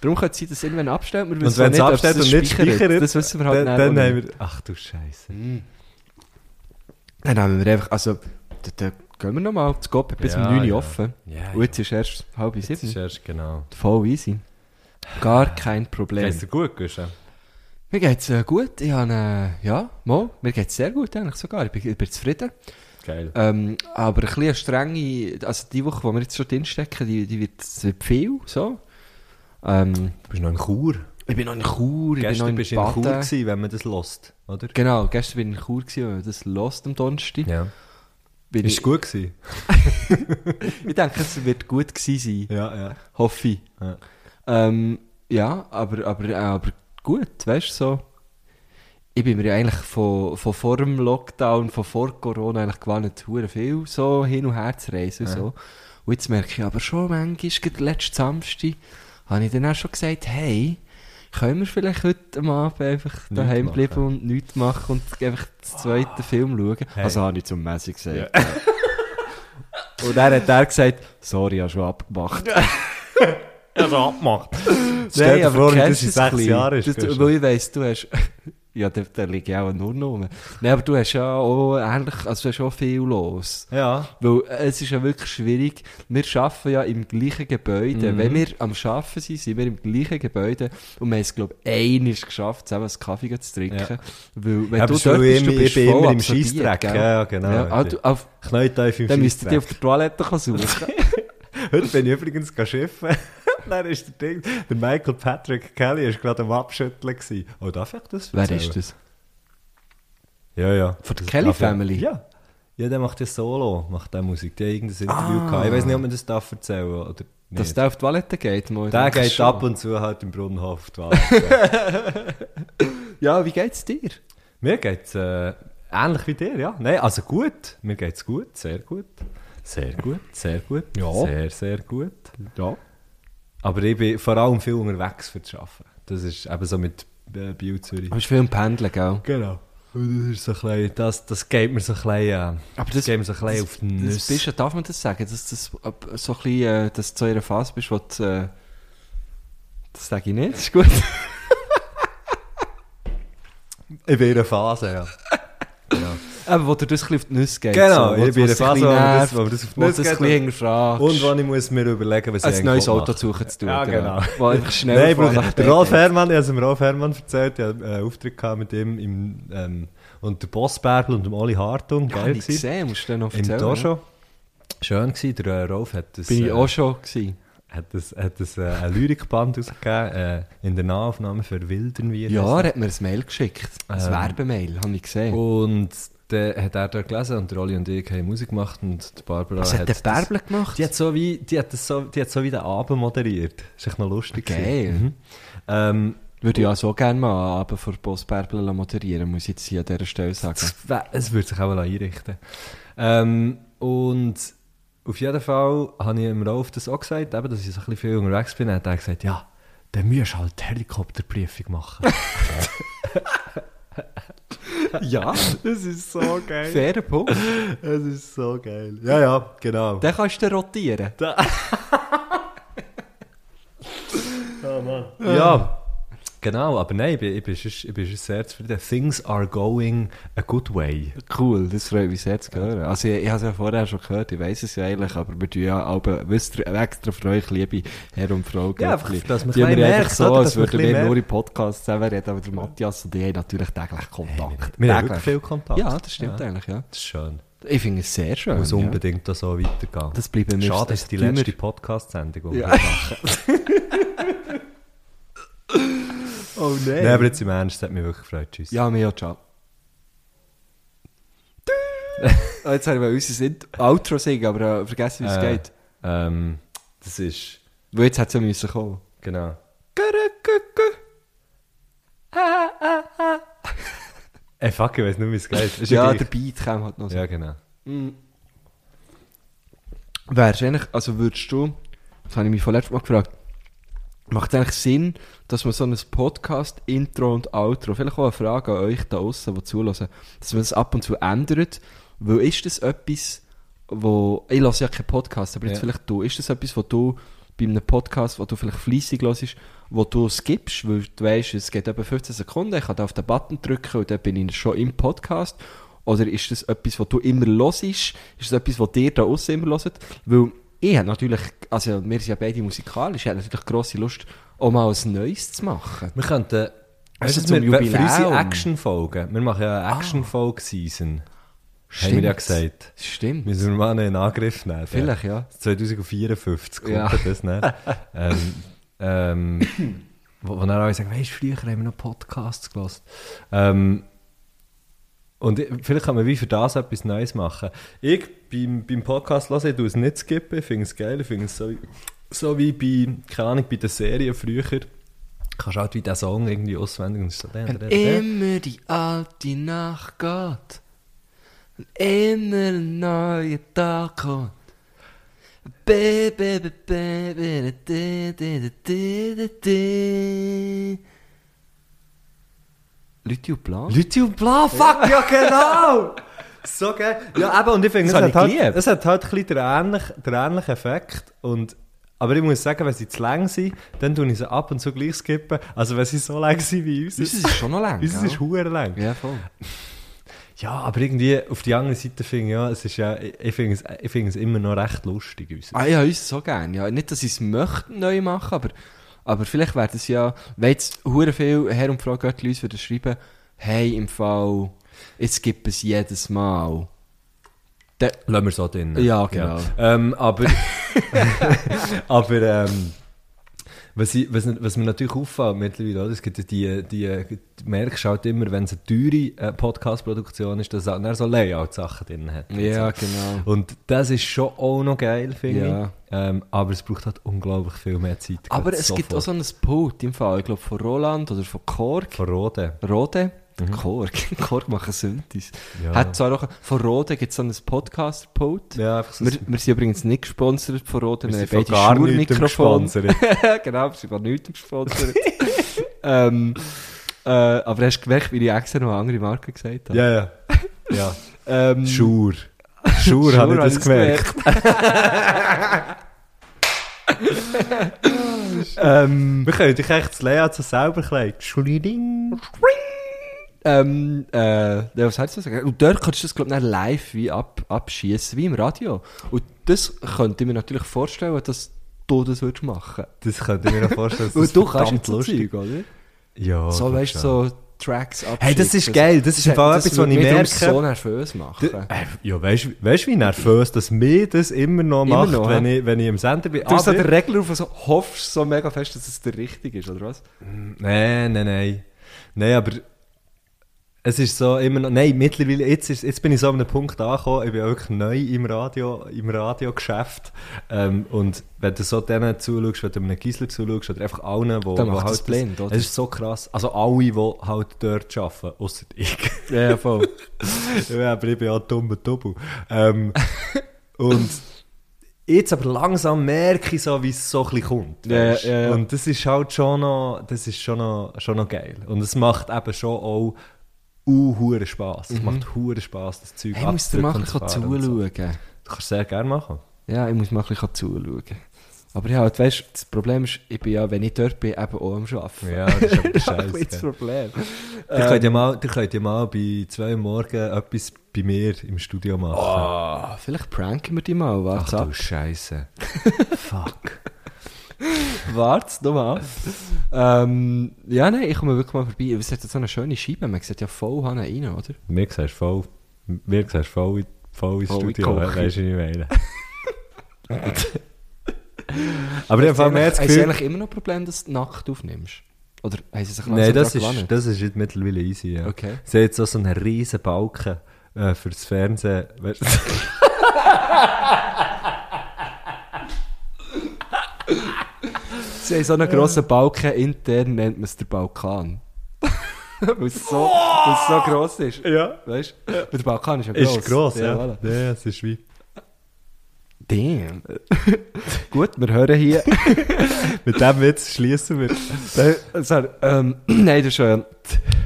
Speaker 5: Darum könnte es sein, dass irgendwann abstellt. Wir
Speaker 1: Und
Speaker 5: wissen
Speaker 1: wenn es
Speaker 5: auch nicht,
Speaker 1: absteht
Speaker 5: ob
Speaker 1: und nicht speichert,
Speaker 5: Das wissen wir halt
Speaker 1: dann,
Speaker 5: nicht.
Speaker 1: dann haben wir... Ach du Scheiße.
Speaker 5: Dann haben wir einfach, also, dann, dann gehen wir nochmal. Das geht bis
Speaker 1: Ja,
Speaker 5: um 9 Uhr
Speaker 1: ja.
Speaker 5: offen.
Speaker 1: Ja,
Speaker 5: Und jetzt ist erst halb
Speaker 1: Jetzt ist
Speaker 5: sieben.
Speaker 1: erst genau.
Speaker 5: Voll easy. Gar kein Problem.
Speaker 1: Geht's dir gut, Guschen?
Speaker 5: Mir geht's äh, gut. Ich habe, äh, ja, mal, mir geht's sehr gut eigentlich sogar. Ich bin, ich bin zufrieden.
Speaker 1: Geil.
Speaker 5: Ähm, aber ein bisschen eine strenge, also die Woche, die wir jetzt schon drinstecken, die, die wird, das wird viel, so. Ähm,
Speaker 1: Du bist noch in Chur.
Speaker 5: ich bin noch in Chur, ich bin noch
Speaker 1: Gestern
Speaker 5: in
Speaker 1: bist du in Chur
Speaker 5: Baden.
Speaker 1: gewesen, wenn man das lost, oder?
Speaker 5: Genau, gestern bin ich in Chur gewesen, weil das lost am Donnerstag.
Speaker 1: Ja.
Speaker 5: Bin
Speaker 1: Ist
Speaker 5: ich,
Speaker 1: gut gewesen?
Speaker 5: ich denke, es wird gut gewesen sein,
Speaker 1: Ja, ja.
Speaker 5: hoffe ich.
Speaker 1: Ja.
Speaker 5: Ähm, ja, aber, aber, aber gut, weißt du, so. Ich bin mir ja eigentlich von, von vor dem Lockdown, von vor Corona eigentlich gewohnt, hure viel so hin und her zu reisen. und So. Und jetzt merke ich aber schon manchmal, gerade letzten Samstag, habe ich dann auch schon gesagt, hey, können wir vielleicht heute am Abend einfach
Speaker 1: Nichts
Speaker 5: daheim
Speaker 1: machen. Ah.
Speaker 5: bleiben und nichts machen und einfach den zweiten Film schauen?
Speaker 1: Hey.
Speaker 5: Also habe ich zum Messi gesagt. und dann hat er gesagt, sorry, hast schon abgemacht.
Speaker 1: Also abgemacht. Stell dir
Speaker 5: aber
Speaker 1: vor, wie das
Speaker 5: kennst du
Speaker 1: in
Speaker 5: es
Speaker 1: sechs
Speaker 5: bisschen?
Speaker 1: Jahren ist.
Speaker 5: Das-
Speaker 1: Guschen.
Speaker 5: Weil ich weiss, du hast... ja, da, da liege ich auch nur noch rum. Nein, aber du hast ja auch ähnlich... Also du hast auch viel los.
Speaker 1: Ja.
Speaker 5: Weil äh, es ist ja wirklich schwierig. Wir arbeiten ja im gleichen Gebäude.
Speaker 1: Mhm.
Speaker 5: Wenn wir am Arbeiten sind, sind wir im gleichen Gebäude. Und wir haben es, glaube ich, einmal geschafft, zusammen einen Kaffee zu trinken.
Speaker 1: Ja.
Speaker 5: Weil wenn
Speaker 1: Ja, aber
Speaker 5: du
Speaker 1: es ist, weil
Speaker 5: dort
Speaker 1: ich
Speaker 5: bist, du
Speaker 1: immer- ich
Speaker 5: bist
Speaker 1: bin
Speaker 5: voll
Speaker 1: immer im
Speaker 5: absorbiert,
Speaker 1: Scheissdreck.
Speaker 5: gell?
Speaker 1: Ja, ja, genau.
Speaker 5: Ja, ah, du, auf,
Speaker 1: Knäuteuf im
Speaker 5: dann müsst ihr dich
Speaker 1: Scheissdreck.
Speaker 5: auf der Toilette suchen.
Speaker 1: Heute bin ich übrigens gegangen schiffen. Dann ist der Ding, der Michael Patrick Kelly war gerade am Abschütteln. Gewesen. Oh, darf ich das
Speaker 5: Wer
Speaker 1: erzählen?
Speaker 5: ist das?
Speaker 1: Ja, ja.
Speaker 5: Von der
Speaker 1: Das
Speaker 5: Kelly
Speaker 1: darf ich-
Speaker 5: Family?
Speaker 1: Ja. Ja, der macht ja Solo, macht der Musik. Der hat irgendein Interview
Speaker 5: Ah.
Speaker 1: gehabt. Ich weiß nicht, ob man das darf erzählen oder nicht.
Speaker 5: Dass der auf die Toilette geht, mal.
Speaker 1: der
Speaker 5: Das ist
Speaker 1: geht
Speaker 5: schon-
Speaker 1: ab und zu halt im Brunnenhof. die Wahl.
Speaker 5: Ja, wie geht's dir?
Speaker 1: Mir geht's äh, ähnlich wie dir, ja. Nein, also gut. Mir geht's gut, sehr gut. Sehr gut, sehr gut.
Speaker 5: Ja.
Speaker 1: Sehr, sehr gut.
Speaker 5: Ja.
Speaker 1: Aber ich bin vor allem viel unterwegs für das Arbeiten. Das ist eben so mit äh, Bio Zürich.
Speaker 5: Du bist viel am Pendeln, gell?
Speaker 1: Genau. Und Das, ist so ein bisschen, das, das geht mir so ein bisschen, äh,
Speaker 5: Aber das-
Speaker 1: geht mir so ein bisschen auf den
Speaker 5: Das
Speaker 1: Nüsse.
Speaker 5: bist, du- darf man das sagen? Dass das ab- so ein bisschen, äh, dass du zu einer Phase bist, wo du, äh, Das sage ich nicht, ist gut.
Speaker 1: Ich bin in einer Phase, ja.
Speaker 5: Aber wo dir das ein bisschen auf die Nüsse geht.
Speaker 1: Genau,
Speaker 5: so, wo-
Speaker 1: ich bin in
Speaker 5: wo es
Speaker 1: einer
Speaker 5: ein
Speaker 1: Phase, wo mir das- wo mir
Speaker 5: bisschen nervt,
Speaker 1: das auf die
Speaker 5: wo
Speaker 1: Nüsse
Speaker 5: du das
Speaker 1: geht
Speaker 5: ein bisschen hinterfragst.
Speaker 1: Und wenn ich muss mir überlegen, was ich
Speaker 5: ein neues
Speaker 1: eigentlich
Speaker 5: Auto
Speaker 1: mache.
Speaker 5: zu suchen zu tun.
Speaker 1: Ja, genau.
Speaker 5: Wo einfach schnell
Speaker 1: Nein,
Speaker 5: von A
Speaker 1: Bruder,
Speaker 5: nach B
Speaker 1: der Rolf
Speaker 5: geht.
Speaker 1: Herrmann, ich habe es dem Rolf Herrmann erzählt, ich hatte einen Auftritt gehabt mit ihm im, ähm, und der Bossbergl und dem Oli Hartung,
Speaker 5: Ja,
Speaker 1: geil
Speaker 5: ich
Speaker 1: gewesen.
Speaker 5: gesehen, musst du dann noch
Speaker 1: Im
Speaker 5: erzählen. ne?
Speaker 1: Dojo. Schön gewesen, der äh, Rolf hat das,
Speaker 5: Bin ich
Speaker 1: äh,
Speaker 5: auch schon gewesen.
Speaker 1: hat das, hat das äh, eine Lyrikband rausgegeben, äh, in der Nahaufnahme für Wildern wie
Speaker 5: Ja, er hat mir ein Mail geschickt. Ein
Speaker 1: Ähm. Oh,
Speaker 5: Werbemail, habe ich gesehen.
Speaker 1: Und dann hat er dort gelesen und der Oli und ich haben Musik gemacht und die Barbara
Speaker 5: Was hat der
Speaker 1: das-
Speaker 5: Bärbel gemacht?
Speaker 1: Die hat so wie, die hat das so, die hat so wie den Abend moderiert. Ist echt noch lustig.
Speaker 5: Geil.
Speaker 1: gewesen. Mhm. Ähm,
Speaker 5: Würde ich auch so gerne mal aber vor Boss Bärbel moderieren, muss ich jetzt hier an dieser Stelle sagen.
Speaker 1: das wär- es würde sich auch mal einrichten. Ähm, und auf jeden Fall habe ich im Rolf das auch gesagt, eben, dass ich so ein bisschen viel unterwegs bin. Dann hat er gesagt, ja, dann müsst du halt die Helikopterprüfung machen.
Speaker 5: Ja, das ist so geil. Fairer Punkt.
Speaker 1: Es ist so geil. Ja, ja, genau.
Speaker 5: Dann kannst du rotieren.
Speaker 1: Ja, genau, aber nein, ich bin, ich bin, sonst- ich bin sonst sehr zufrieden. Things are going a good way.
Speaker 5: Cool, das freut mich sehr zu hören. Also ich, ich habe es ja vorher schon gehört, ich weiß es ja eigentlich, aber wir tun ja aber wisst ihr, extra für euch, liebe Herr und Frau Göttli.
Speaker 1: einfach, dass man
Speaker 5: Die
Speaker 1: ein
Speaker 5: haben
Speaker 1: bisschen
Speaker 5: einfach
Speaker 1: merkt,
Speaker 5: so,
Speaker 1: oder?
Speaker 5: als
Speaker 1: Dass man
Speaker 5: würden
Speaker 1: ein bisschen
Speaker 5: wir nur
Speaker 1: merkt.
Speaker 5: im Podcast zusammen reden, aber der Matthias und ich haben natürlich täglich
Speaker 1: Äh,
Speaker 5: Kontakt.
Speaker 1: Wir haben
Speaker 5: Täglich.
Speaker 1: wirklich viel Kontakt.
Speaker 5: Ja, das stimmt eigentlich, ja.
Speaker 1: Das ist schön.
Speaker 5: Ich finde es sehr schön.
Speaker 1: Muss
Speaker 5: ja.
Speaker 1: unbedingt da so weitergehen.
Speaker 5: Das bleiben wir
Speaker 1: Schade, das ist die
Speaker 5: das tun
Speaker 1: letzte
Speaker 5: wir-
Speaker 1: Podcast-Sendung, die
Speaker 5: Ja.
Speaker 1: wir machen.
Speaker 5: Oh
Speaker 1: Nein, aber jetzt im Ernst, das hat mich wirklich gefreut. Tschüss.
Speaker 5: Ja, mir auch, ciao. Ah, Jetzt haben wir unser Int- Outro singen, aber äh, vergessen, wie es
Speaker 1: Äh.
Speaker 5: geht.
Speaker 1: Ähm, das ist,
Speaker 5: Weil jetzt hätte es ja müssen kommen.
Speaker 1: genau. Ey, fuck, ich weiß nicht, wie es geht. Ist
Speaker 5: Ja, der
Speaker 1: gleich.
Speaker 5: Beat kam halt noch so.
Speaker 1: ja, genau.
Speaker 5: Wärst du eigentlich, also würdest du, das habe ich mich vorletztes Mal gefragt, macht es eigentlich Sinn, dass man so ein Podcast, Intro und Outro, vielleicht auch eine Frage an euch da draussen, die zulassen, dass man das ab und zu ändert, weil ist das etwas, wo, ich lasse ja keinen Podcast, aber jetzt
Speaker 1: Ja.
Speaker 5: vielleicht du, ist das etwas, wo du bei einem Podcast, wo du vielleicht fleissig hörst, wo du skippst, weil du weißt, es geht etwa 15 Sekunden, ich kann da auf den Button drücken und dann bin ich schon im Podcast. Oder ist das etwas, was du immer hörst? Ist das etwas, was dir da außen immer hört? Weil ich habe natürlich, also wir sind ja beide musikalisch, ich habe natürlich grosse Lust, auch mal was Neues zu machen.
Speaker 1: Wir könnten,
Speaker 5: Weißt du,
Speaker 1: weißt
Speaker 5: zum
Speaker 1: du, wir, für
Speaker 5: Jubiläum. Ah.
Speaker 1: unsere Action-Folgen, wir machen ja eine Action-Folge-Season. Haben wir ja gesagt.
Speaker 5: Stimmt.
Speaker 1: Müssen wir mal einen in Angriff nehmen.
Speaker 5: Vielleicht, ja.
Speaker 1: 2054 kommt
Speaker 5: Ja.
Speaker 1: das, ne? ähm, ähm, wo, wo dann alle sagen, weisst du, früher haben wir noch Podcasts gelassen. Ähm, und ich- vielleicht kann man wie für das etwas Neues machen. Ich beim, beim Podcast lasse ich tue es nicht skippen, ich finde es geil, ich finde es so, so wie bei, keine Ahnung, bei der Serie früher. Kannst halt wie den Song irgendwie auswendig und es ist so der, der, der, der.
Speaker 5: Immer die alte Nacht geht. Und immer ein neuer Tag kommt. Baby, baby, baby, di, di, di, di, di. Leute und Plan?
Speaker 1: Leute und bla, fuck, ja genau! so geil. Ja, eben, und ich finde,
Speaker 5: Das
Speaker 1: es
Speaker 5: habe
Speaker 1: hat,
Speaker 5: ich
Speaker 1: halt,
Speaker 5: geliebt.
Speaker 1: es hat halt ein bisschen den ähnlichen, den ähnlichen Effekt. Und, aber ich muss sagen, wenn sie zu lang sind, dann tue ich sie ab und zu gleich skippen. Also wenn sie so lang sind wie uns.
Speaker 5: Unseres ist schon noch lang,
Speaker 1: Unseres
Speaker 5: gell?
Speaker 1: ist verdammt lang.
Speaker 5: Ja, voll.
Speaker 1: Ja, aber irgendwie auf die andere Seite finde ich, ja, es ist ja, ich, ich finde es, ich finde es immer noch recht lustig. Unseres.
Speaker 5: Ah ja, uns so gerne. Ja, nicht, dass ich es möchte neu machen, aber, aber vielleicht wäre das ja, wenn jetzt hure viel Herr und Frau Göttli uns würden schreiben, hey, im Fall, jetzt gibt es jedes Mal.
Speaker 1: Lassen wir so drin. Genau.
Speaker 5: Ja, genau.
Speaker 1: Ähm, aber aber ähm, Was, ich, was, was mir natürlich auffällt mittlerweile, oder? es gibt ja die, die, du merkst halt immer, wenn es eine teure äh, Podcast-Produktion ist, dass es auch dann so Layout-Sachen drin hat. und
Speaker 5: Ja, genau.
Speaker 1: so. Und das ist schon auch noch geil, finde
Speaker 5: Ja.
Speaker 1: ich. Ähm, aber es braucht halt unglaublich viel mehr Zeit.
Speaker 5: Aber
Speaker 1: gerade
Speaker 5: es gibt auch
Speaker 1: sofort.
Speaker 5: so ein Pult im Fall, ich glaube von Roland oder von Korg.
Speaker 1: Von Rode.
Speaker 5: Rode? Korg. Korg machen Synthes.
Speaker 1: Mhm. Ja.
Speaker 5: Hat zwar auch, von Rode gibt es so ein Podcaster-Pult.
Speaker 1: Ja, einfach so
Speaker 5: Wir, wir sind übrigens nicht gesponsert von Rode, wir,
Speaker 1: Wir
Speaker 5: haben
Speaker 1: sind
Speaker 5: beide
Speaker 1: von gar nichts
Speaker 5: Schnurmikrofone.
Speaker 1: gesponsert.
Speaker 5: genau, wir sind von nichts gesponsert. ähm, äh, aber hast du gemerkt, wie ich extra noch andere Marken gesagt habe?
Speaker 1: Ja, ja. ja.
Speaker 5: Ähm,
Speaker 1: Schur. Schur habe ich das
Speaker 5: Schur habe
Speaker 1: gemerkt.
Speaker 5: ich's gemerkt. ähm,
Speaker 1: Wir können dich echt das Layout so selber kleiden. Schuliding.
Speaker 5: ähm, äh, ja, was heißt das? Und dort kannst du das, glaube ich, dann live wie ab, abschießen, wie im Radio. Und das könnte ich mir natürlich vorstellen, dass du das würdest machen
Speaker 1: Das könnte ich mir noch vorstellen. dass
Speaker 5: würdest.
Speaker 1: das
Speaker 5: Und du kannst
Speaker 1: verdammt Oh,
Speaker 5: jetzt so Zeug, oder?
Speaker 1: Ja.
Speaker 5: so,
Speaker 1: glaub
Speaker 5: weißt du,
Speaker 1: schon.
Speaker 5: so Tracks abschicken.
Speaker 1: Hey, das ist
Speaker 5: dus
Speaker 1: geil. Das ist im Fall etwas, was
Speaker 5: würde
Speaker 1: ich
Speaker 5: mich darum
Speaker 1: merke.
Speaker 5: so nervös
Speaker 1: D-
Speaker 5: machen.
Speaker 1: äh, Ja, weißt du, weißt, du, wie nervös, dass mir das immer noch
Speaker 5: Immer
Speaker 1: macht,
Speaker 5: noch,
Speaker 1: wenn,
Speaker 5: hä?
Speaker 1: ich, wenn ich im Sender bin? Ah,
Speaker 5: Du hast so
Speaker 1: Aber-
Speaker 5: den Regler auf und so, hoffst so mega fest, dass es der richtige ist, oder was?
Speaker 1: Nein, nein, nein. Nein, aber es ist so immer noch. Nein, mittlerweile, jetzt, ist, jetzt bin ich so an einem Punkt angekommen, ich bin wirklich neu im Radio, im Radiogeschäft. Ähm, und wenn du so denen zuschaust, wenn du einem Giesler zuschaust, oder einfach allen, wo,
Speaker 5: Dann
Speaker 1: wo
Speaker 5: macht
Speaker 1: halt
Speaker 5: das blind, oder?
Speaker 1: Es ist so krass. Also alle, die halt dort arbeiten, außer ich.
Speaker 5: Ja, voll.
Speaker 1: ja, aber ich bin auch dummer Double. Ähm, und jetzt aber langsam merke ich so, wie es so ein bisschen kommt.
Speaker 5: Ja,
Speaker 1: weisst.
Speaker 5: ja, ja.
Speaker 1: Und das ist halt schon noch, das ist schon noch, schon noch geil. Und es macht eben schon auch uhuere Spass. Es macht hure Spass, das Zeug
Speaker 5: Mhm. Hey, musst du mal ein bisschen
Speaker 1: abzudrücken und
Speaker 5: zuschauen.
Speaker 1: zu fahren und So. Du kannst sehr gerne machen.
Speaker 5: Ja, ich muss mal ein bisschen zuschauen. Aber ja, halt, weißt, das Problem ist, ich bin ja, wenn ich dort bin, eben auch am Arbeiten.
Speaker 1: Ja, das ist aber
Speaker 5: Das ist ein bisschen das
Speaker 1: scheiße.
Speaker 5: Problem.
Speaker 1: Ihr
Speaker 5: Ähm.
Speaker 1: könnt ja mal, ihr könnt ja mal bei zwei am Morgen etwas bei mir im Studio machen.
Speaker 5: Ah, vielleicht pranken wir die mal.
Speaker 1: Ach
Speaker 5: Warte
Speaker 1: du
Speaker 5: ab.
Speaker 1: Scheiße. Fuck.
Speaker 5: Warte nochmal. ähm, ja, nein, ich komme wirklich mal vorbei. Es hat jetzt so eine schöne Scheibe. Man sieht ja voll Hannah rein, oder?
Speaker 1: Mir siehst du voll, mir siehst du voll, in- voll ins
Speaker 5: Voll in die
Speaker 1: Studio,
Speaker 5: Küche.
Speaker 1: weißt du, wie ich meine? Aber ich habe mehr das
Speaker 5: Hast du
Speaker 1: Gefühl...
Speaker 5: eigentlich immer noch ein Problem, dass du nackt aufnimmst? Oder haben sie sich
Speaker 1: Nein,
Speaker 5: langsam
Speaker 1: das
Speaker 5: dran
Speaker 1: ist,
Speaker 5: gewöhnt?
Speaker 1: das ist jetzt mittlerweile easy, ja.
Speaker 5: Okay.
Speaker 1: Sie hat jetzt auch so einen riesen Balken äh, fürs Fernsehen, weißt du?
Speaker 5: Sie haben so einen grossen Balken, intern nennt man es der Balkan. weil es so, weil es so gross ist.
Speaker 1: Ja.
Speaker 5: Weißt du? Weil Der Balkan ist ja gross.
Speaker 1: Ist gross, ja.
Speaker 5: voilà.
Speaker 1: Ja, es ist wie...
Speaker 5: Damn. Gut, wir hören hier.
Speaker 1: Mit dem Witz schließen wir.
Speaker 5: also, ähm, nein, das ist, äh,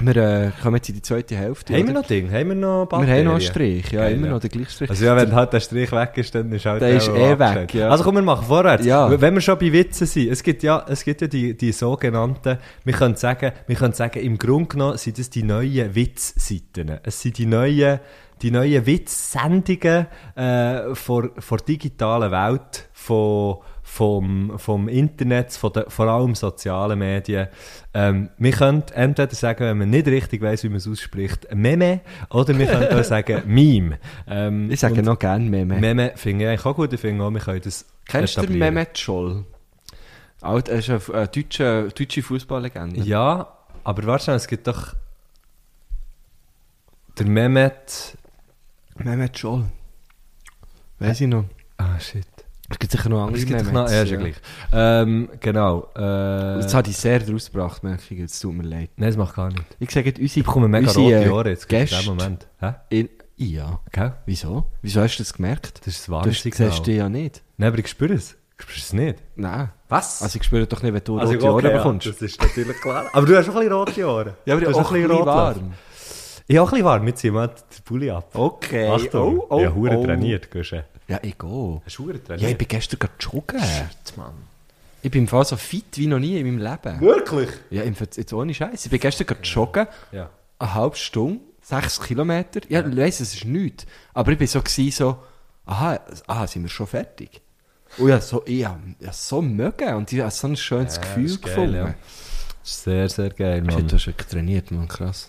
Speaker 5: wir äh, kommen jetzt in die zweite Hälfte.
Speaker 1: haben wir
Speaker 5: oder?
Speaker 1: noch Ding? Haben wir noch
Speaker 5: wir haben noch einen
Speaker 1: Bakterien?
Speaker 5: Strich. Ja,
Speaker 1: Geil,
Speaker 5: immer
Speaker 1: ja.
Speaker 5: noch den gleichen Strich.
Speaker 1: Also ja, wenn halt der Strich weg ist, dann ist halt
Speaker 5: Der ist
Speaker 1: der
Speaker 5: eh
Speaker 1: abgestellt.
Speaker 5: weg, ja.
Speaker 1: Also komm, wir machen vorwärts.
Speaker 5: Ja.
Speaker 1: W- Wenn wir schon bei Witzen sind, es gibt ja, es gibt ja die, die sogenannten, wir können sagen, wir können sagen, im Grunde genommen sind es die neuen Witzseiten. Es sind die neuen, die neuen Witzsendungen äh, vor, vor digitalen Welt, von, vom, vom Internet, von den, vor allem sozialen Medien. Ähm, wir können entweder sagen, wenn man nicht richtig weiß, wie man es ausspricht, Meme, oder wir können auch sagen Meme. Ähm,
Speaker 5: ich sage
Speaker 1: und-
Speaker 5: noch gerne Meme.
Speaker 1: Meme finde ich eigentlich auch gut. Ich finde auch, wir können das
Speaker 5: Kennst du den
Speaker 1: etablieren.
Speaker 5: Mehmet Scholl? Alt, er ist eine, F- eine deutsche, deutsche Fußballlegende.
Speaker 1: Ja, aber wahrscheinlich, es gibt doch... Der Mehmet...
Speaker 5: Mehmet Scholl. Weiß ich noch.
Speaker 1: Ah, shit.
Speaker 5: Es gibt sicher noch
Speaker 1: Aber
Speaker 5: andere
Speaker 1: es gibt doch
Speaker 5: Mehmets.
Speaker 1: noch... Ja, ist ja gleich. Ähm, genau. Äh,
Speaker 5: Das hat ich sehr daraus gebracht, merke ich. Es tut mir leid.
Speaker 1: Nein, das macht gar nicht.
Speaker 5: Ich sage jetzt, unsere...
Speaker 1: Ich bekomme mega
Speaker 5: unsere,
Speaker 1: rote
Speaker 5: äh,
Speaker 1: Ohren jetzt, gerade in
Speaker 5: Gäste
Speaker 1: diesem Moment. Hä?
Speaker 5: In, ja.
Speaker 1: Gell?
Speaker 5: Wieso? Wieso hast du das gemerkt?
Speaker 1: Das ist ein
Speaker 5: Du hast-
Speaker 1: Warnsignal.
Speaker 5: siehst du ja nicht.
Speaker 1: Nein, aber ich spüre es. Ich spüre es nicht.
Speaker 5: Nein.
Speaker 1: Was?
Speaker 5: Also ich spüre doch nicht, wenn du
Speaker 1: Also,
Speaker 5: rote
Speaker 1: okay,
Speaker 5: Ohren
Speaker 1: ja,
Speaker 5: bekommst.
Speaker 1: Das ist natürlich klar. Aber du hast auch ein bisschen rote Ohren. Du hast Rotlauf. Ja, auch ein bisschen warm. Wir ziehen mal den Pulli ab.
Speaker 5: Okay.
Speaker 1: Achtung.
Speaker 5: Oh, oh,
Speaker 1: ja, hure
Speaker 5: oh.
Speaker 1: trainiert, Gusche.
Speaker 5: Ja, ich gehe.
Speaker 1: Hast du hure trainiert?
Speaker 5: Ja, ich bin gestern gerade joggen.
Speaker 1: Mann.
Speaker 5: Ich bin im Fall so fit wie noch nie in meinem Leben.
Speaker 1: Wirklich?
Speaker 5: Ja, im Fall- jetzt ohne Scheiß. Ich bin gestern gerade joggen.
Speaker 1: Ja.
Speaker 5: eine halbe Stunde, sechs Kilometer. Ja, ich weiss, es ist nichts. Aber ich war so, gewesen, so aha, aha, sind wir schon fertig? Und ja, so, ich habe ja, so mögen und ich habe so ein schönes
Speaker 1: Ja, das
Speaker 5: Gefühl
Speaker 1: ist geil,
Speaker 5: gefunden.
Speaker 1: ja. Sehr, sehr geil,
Speaker 5: Shit,
Speaker 1: Mann.
Speaker 5: du hast wirklich trainiert, man, krass.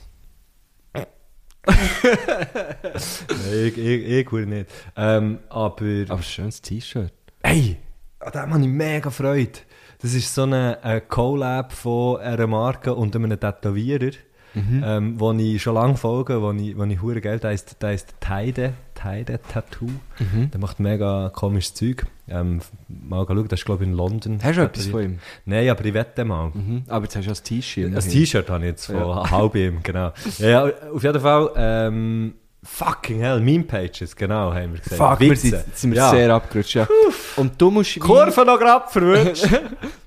Speaker 1: ich, ich, ich hure nicht. Ähm, aber,
Speaker 5: Aber schönes T-Shirt.
Speaker 1: hey, an dem habe ich mega Freude. Das ist so eine, eine Collab von einer Marke und einem Tätowierer,
Speaker 5: Mhm.
Speaker 1: ähm, wo ich schon lange folge, wo ich, wo ich hure geil, der heisst, der heisst Teide, Teide Tattoo.
Speaker 5: Mhm.
Speaker 1: Der macht mega komisches Zeug. Ähm, mal schauen, das ist glaube ich in London.
Speaker 5: Hast du etwas von ihm?
Speaker 1: Nein, aber ich wette mal.
Speaker 5: Mhm. Aber jetzt hast du ja ein T-Shirt.
Speaker 1: Das T-Shirt habe ich jetzt von halb ihm, genau. Ja, ja, auf jeden Fall, ähm, fucking hell, Meme-Pages, genau, haben wir gesehen.
Speaker 5: Fuck, wir sind, jetzt sind wir sehr abgerutscht. Ja. Und du musst, wie,
Speaker 1: Kurve noch gerade verwünscht.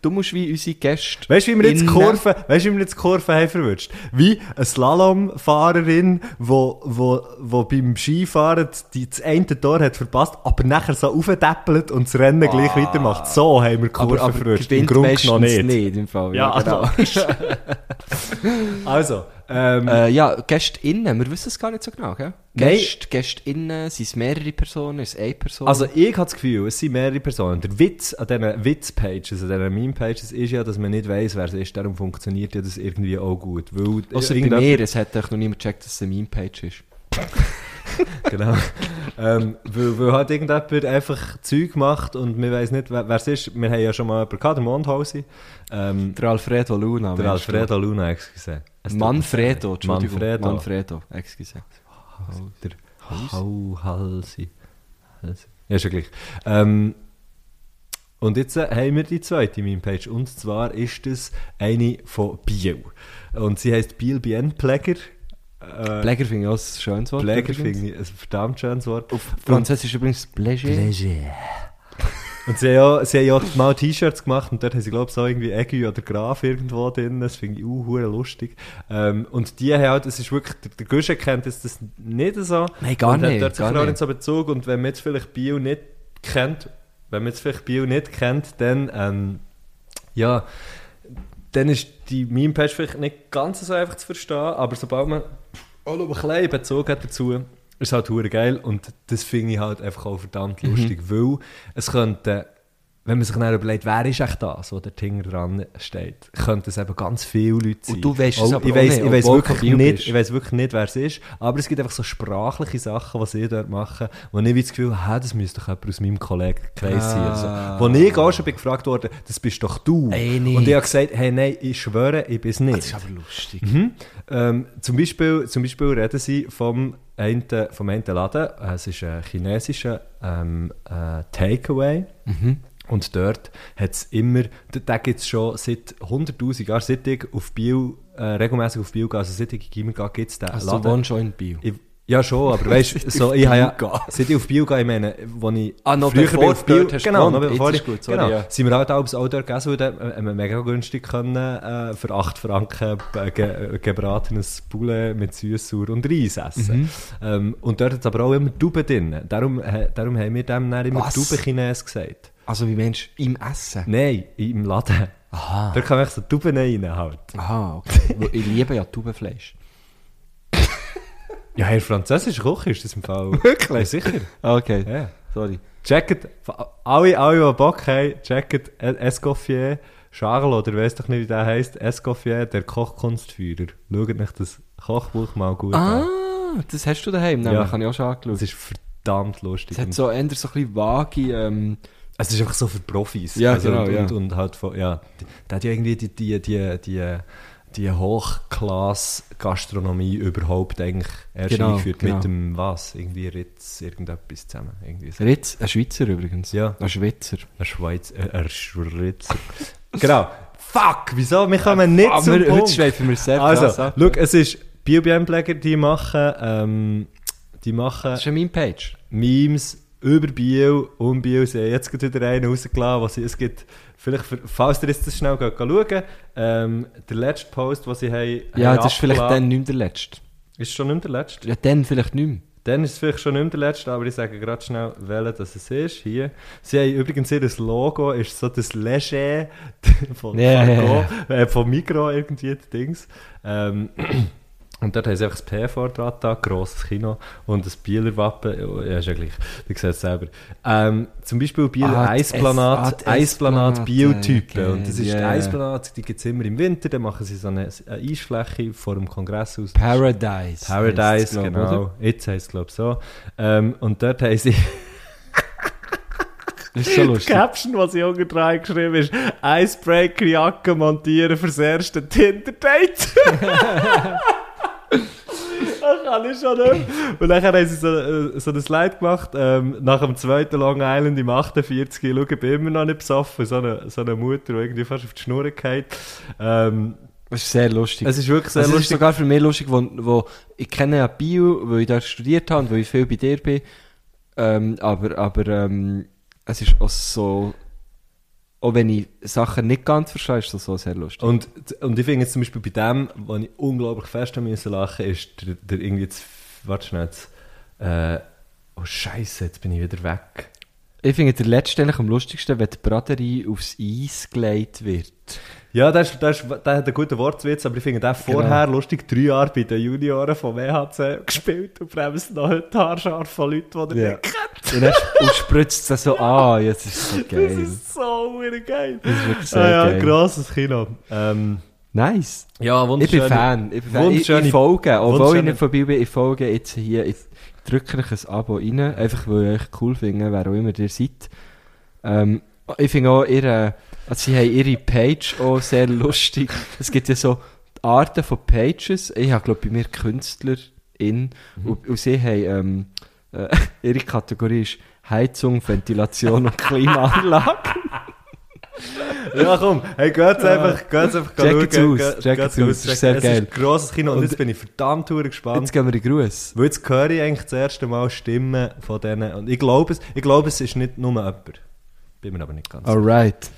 Speaker 5: du musst wie unsere Gäste.
Speaker 1: Weißt du, wie wir jetzt
Speaker 5: innen-
Speaker 1: Kurven, weißt du, wie wir jetzt Kurven haben verwünscht? Wie eine Slalomfahrerin, wo, wo, wo beim Skifahren die, das eine Tor hat verpasst, aber nachher so aufdeppelt und das Rennen gleich weitermacht. So haben wir Kurven
Speaker 5: Ah. Aber, aber
Speaker 1: verwünscht.
Speaker 5: gewinnt
Speaker 1: noch
Speaker 5: meistens nicht Genau. im Fall.
Speaker 1: Ja,
Speaker 5: genau.
Speaker 1: Also, ähm,
Speaker 5: Äh, ja, GästInnen, wir wissen es gar nicht so genau, gell?
Speaker 1: Nein.
Speaker 5: Gäste, GästInnen, sind es mehrere Personen, ist es eine Person?
Speaker 1: Also ich habe das Gefühl, es sind mehrere Personen. Der Witz an diesen Witz-Pages, an diesen Meme-Pages ist ja, dass man nicht weiss, wer es ist. Darum funktioniert ja das irgendwie auch gut. Weil äh,
Speaker 5: Ausser bei
Speaker 1: irgendjemand-
Speaker 5: mir, es hat doch noch niemand gecheckt, dass es eine Meme-Page ist.
Speaker 1: Genau. ähm, weil, weil halt irgendjemand einfach Zeug macht und man weiss nicht, wer wer es ist. Wir haben ja schon mal jemanden gehabt, den Mondhausi. Ähm,
Speaker 5: Der Alfredo Luna.
Speaker 1: der
Speaker 5: meinst du?
Speaker 1: Alfredo Luna, excuse. Es tut mir
Speaker 5: Manfredo,
Speaker 1: leid.
Speaker 5: Entschuldigung.
Speaker 1: Manfredo.
Speaker 5: Manfredo, excuse.
Speaker 1: Der Hauhalsi. Halsi. Ja, ist ja gleich. Ähm, und jetzt äh, haben wir die zweite Meme-Page. Und zwar ist das eine von Biel. Und sie heisst Biel Bien Pläger. Äh,
Speaker 5: Pläger finde ich auch ein schönes Wort.
Speaker 1: Pläger
Speaker 5: übrigens.
Speaker 1: finde ich ein verdammt schönes Wort.
Speaker 5: Auf Französisch übrigens Pläger.
Speaker 1: eh- Und sie haben ja, sie haben ja mal T-Shirts gemacht und dort haben sie, glaube ich, so irgendwie Eggy oder Graf irgendwo drin. Das finde ich auch hure lustig. Ähm, und die haben halt, es ist wirklich, der, der Guschen kennt jetzt das nicht so.
Speaker 5: Nein, gar
Speaker 1: und
Speaker 5: nicht,
Speaker 1: Hat dort
Speaker 5: gar
Speaker 1: sicher auch
Speaker 5: nicht.
Speaker 1: nicht so Bezug. Und wenn man jetzt vielleicht Bio nicht kennt, wenn man jetzt vielleicht Bio nicht kennt, dann, ähm, ja, dann ist die Meme-Page vielleicht nicht ganz so einfach zu verstehen, aber sobald man
Speaker 5: Oh,
Speaker 1: auch noch einen kleinen Bezug hat dazu, ist es halt hure geil und das finde ich halt einfach auch verdammt
Speaker 5: Mhm.
Speaker 1: lustig, weil es könnte, wenn man sich dann überlegt, wer ist echt das, wo der Tinger dran steht, könnte es eben ganz viele Leute sein.
Speaker 5: du weisst es
Speaker 1: Auch-
Speaker 5: aber
Speaker 1: ich
Speaker 5: auch
Speaker 1: weiss,
Speaker 5: nicht,
Speaker 1: ich weiss
Speaker 5: obwohl du
Speaker 1: wirklich
Speaker 5: mobil
Speaker 1: nicht,
Speaker 5: bist.
Speaker 1: ich weiss wirklich nicht, wer es ist, aber es gibt einfach so sprachliche Sachen, was ich dort mache, wo ich wie das Gefühl habe, das müsste doch jemand aus meinem Kollegenkreis sein.
Speaker 5: Ah.
Speaker 1: Also, wo ich auch schon bin gefragt worden, das bist doch du.
Speaker 5: Ey, nicht.
Speaker 1: und ich habe gesagt, hey, nein, ich schwöre, ich bin es nicht.
Speaker 5: Das ist aber lustig.
Speaker 1: Mhm. Ähm, zum, Beispiel, zum Beispiel reden sie vom einen, vom einen Laden. Es ist ein chinesischer ähm, äh, Takeaway.
Speaker 5: Mhm.
Speaker 1: Und dort hat es immer, d- den gibt es schon seit 100'000 Jahren, seit ich auf Bio, äh, regelmäßig auf Bio gehe, also seit ich immer gehe, gibt es den
Speaker 5: Also du
Speaker 1: Laden.
Speaker 5: wohnst schon in Biel.
Speaker 1: Ich, ja schon, aber weißt du, so,
Speaker 5: auf
Speaker 1: ich habe ja,
Speaker 5: Bio gehe.
Speaker 1: seit ich auf Bio gehe, ich meine, wo ich
Speaker 5: Ah, noch
Speaker 1: früher
Speaker 5: bevor du dort hast
Speaker 1: genau,
Speaker 5: gewohnt.
Speaker 1: noch bevor
Speaker 5: Jetzt
Speaker 1: ich,
Speaker 5: ist gut, sorry,
Speaker 1: genau,
Speaker 5: ja.
Speaker 1: sind wir halt abends auch dort gegessen, weil dort haben wir äh, mega günstig können, äh, für 8 Franken äh, ge, gebratenes Poulet mit Süßsauer und Reis essen.
Speaker 5: Mhm.
Speaker 1: Ähm, und dort hat es aber auch immer Tauben drin. Darum, äh, darum haben wir dem dann immer
Speaker 5: Was?
Speaker 1: Taubenchines gesagt.
Speaker 5: Also wie Mensch, im Essen.
Speaker 1: Nein, im Laden.
Speaker 5: Aha.
Speaker 1: Dort kann man echt so Tauben rein halt.
Speaker 5: Aha, okay. Weil ich liebe ja Taubenfleisch.
Speaker 1: Ja, Herr französische Koch ist das im Fall. Wirklich? Ja, sicher.
Speaker 5: Okay,
Speaker 1: Ja.
Speaker 5: sorry.
Speaker 1: Checket, alle, alle, die Bock haben, checket E- Escoffier, Charles, oder weiss doch nicht, wie der heisst, Escoffier, der Kochkunstführer. Schaut euch das Kochbuch mal gut an.
Speaker 5: Ah, das hast du daheim, ne?
Speaker 1: Ja.
Speaker 5: Das habe ich auch schon angeschaut.
Speaker 1: Das ist verdammt lustig.
Speaker 5: Es hat so eher so ein bisschen vage, ähm,
Speaker 1: es ist einfach so für Profis. Also,
Speaker 5: Ja, genau,
Speaker 1: und,
Speaker 5: ja.
Speaker 1: Und, und halt von, ja, die- der hat ja irgendwie die, die, die, die, die Hochklasse-Gastronomie überhaupt eigentlich erst
Speaker 5: Genau,
Speaker 1: eingeführt
Speaker 5: genau.
Speaker 1: mit dem, was, irgendwie Ritz, irgendetwas zusammen. Irgendwie so.
Speaker 5: Ritz, ein Schweizer übrigens.
Speaker 1: Ja.
Speaker 5: Ein Schweizer.
Speaker 1: Ein Schweizer, äh, ein Schweizer. genau. Fuck, wieso? Wir kommen nicht
Speaker 5: Aber
Speaker 1: zum
Speaker 5: heute
Speaker 1: Punkt.
Speaker 5: schweifen Ah, wir sehr
Speaker 1: Also,
Speaker 5: krass ab.
Speaker 1: schau, es ist BioBM-Pläger, die machen, ähm, die machen
Speaker 5: Das ist ja mein Page.
Speaker 1: Memes über Bio und Bio. Sie haben jetzt gerade wieder einen rausgelassen, was sie, es gibt, vielleicht, für, falls ihr jetzt das schnell geht schauen, ähm, der letzte Post, den sie haben,
Speaker 5: Ja,
Speaker 1: haben
Speaker 5: das ist vielleicht
Speaker 1: abgeladen,
Speaker 5: dann nicht mehr der letzte.
Speaker 1: Ist schon nicht mehr der letzte?
Speaker 5: Ja, dann vielleicht nicht mehr.
Speaker 1: Dann ist es vielleicht schon nicht mehr der letzte, aber ich sage gerade schnell, welcher das es ist. Hier. Sie haben übrigens ihr das Logo, ist so das Leger von,
Speaker 5: Ja,
Speaker 1: von,
Speaker 5: ja,
Speaker 1: Go, äh, von Migro irgendwie, die Dings. Ähm, und dort haben sie einfach das P vor dran, da, grosses Kino und das Bieler Wappen, ja, ja, ist ja gleich, du siehst es selber. Ähm, zum Beispiel Bieler
Speaker 5: Ah, die S- ah,
Speaker 1: Eisplanat,
Speaker 5: die
Speaker 1: Eisplanat
Speaker 5: Esplanade,
Speaker 1: Biotypen.
Speaker 5: geil,
Speaker 1: Und das ist die
Speaker 5: yeah.
Speaker 1: Eisplanat, die gibt es immer im Winter, dann machen sie so eine, eine Eisfläche vor dem Kongress aus.
Speaker 5: Paradise. heisst es,
Speaker 1: Paradise,
Speaker 5: glaub,
Speaker 1: genau.
Speaker 5: oder?
Speaker 1: Jetzt heisst es, glaube ich, so. Ähm, und dort haben sie.
Speaker 5: Das ist so
Speaker 2: Die
Speaker 5: lustig.
Speaker 2: Caption, was ich unten dran geschrieben ist, Icebreaker-Jacke montieren fürs erste Tinder-Date. Das kann ich schon nicht. Und dann haben sie so, äh, so ein Slide gemacht, ähm, nach dem zweiten Long Island im 48, ich schaue, ich bin immer noch nicht besoffen, so eine, so eine Mutter, die irgendwie fast auf die Schnur geht. Ähm,
Speaker 5: Das ist sehr lustig. Also
Speaker 2: es ist wirklich sehr
Speaker 5: es ist
Speaker 2: lustig.
Speaker 5: sogar für mich lustig, wo, wo ich kenne ja Bio, weil ich dort studiert habe und weil ich viel bei dir bin. Ähm, aber aber ähm, es ist auch so, auch wenn ich Sachen nicht ganz verstehe, ist es so sehr lustig.
Speaker 1: Und, und ich finde jetzt zum Beispiel bei dem, wo ich unglaublich fest haben müssen lachen, ist der, der irgendwie jetzt, warte schnell, jetzt, äh, oh Scheiße, jetzt bin ich wieder weg.
Speaker 5: Ich finde der letzte eigentlich am lustigsten, wenn die Braterie aufs Eis gelegt wird.
Speaker 1: Ja, der, ist, der, ist, der hat einen guten Wortwitz, aber ich finde den
Speaker 5: Genau.
Speaker 1: vorher lustig drei Jahre bei den Junioren vom WHC gespielt und bremst noch heute haarscharf von Leuten, die er nicht kennt.
Speaker 5: Und dann sp- und spritzt es so an. Jetzt ist es so
Speaker 1: Das
Speaker 5: geil.
Speaker 1: ist so verdammt geil.
Speaker 5: Das ist wirklich sehr
Speaker 1: Ah, ja,
Speaker 5: geil.
Speaker 1: grosses Kino. Ähm,
Speaker 5: Nice.
Speaker 1: ja,
Speaker 5: Ich bin Fan. Ich bin Fan. Ich,
Speaker 1: Wunderschöne-
Speaker 5: ich folge. Obwohl ich
Speaker 1: wunderschöne-
Speaker 5: nicht vorbei bin, ich folge jetzt hier. Ich drücke euch ein Abo rein. Einfach weil ich euch cool finde, wer auch immer ihr seid. Ähm, ich finde auch ihre, also sie haben ihre Page auch sehr lustig. Es gibt ja so Arten von Pages. Ich habe, glaube bei mir Künstlerin.
Speaker 1: Mhm.
Speaker 5: Und, und sie haben, ähm, äh, ihre Kategorie ist Heizung, Ventilation und Klimaanlage.
Speaker 1: Ja, komm, hey, geht's einfach, geht's einfach
Speaker 5: Check
Speaker 1: schauen,
Speaker 5: it's aus,
Speaker 1: geht-
Speaker 5: check
Speaker 1: geht's
Speaker 5: it's aus,
Speaker 1: aus,
Speaker 5: ist
Speaker 1: check-
Speaker 5: sehr
Speaker 1: es
Speaker 5: geil.
Speaker 1: Ist ein grosses Kino und,
Speaker 5: Und-
Speaker 1: jetzt bin ich verdammt hure gespannt.
Speaker 5: Jetzt gehen wir in Gruß.
Speaker 1: weil jetzt höre ich eigentlich das erste Mal Stimmen von denen und ich glaube es, ich glaube es ist nicht nur jemand. Bin mir aber nicht ganz.
Speaker 5: Alright.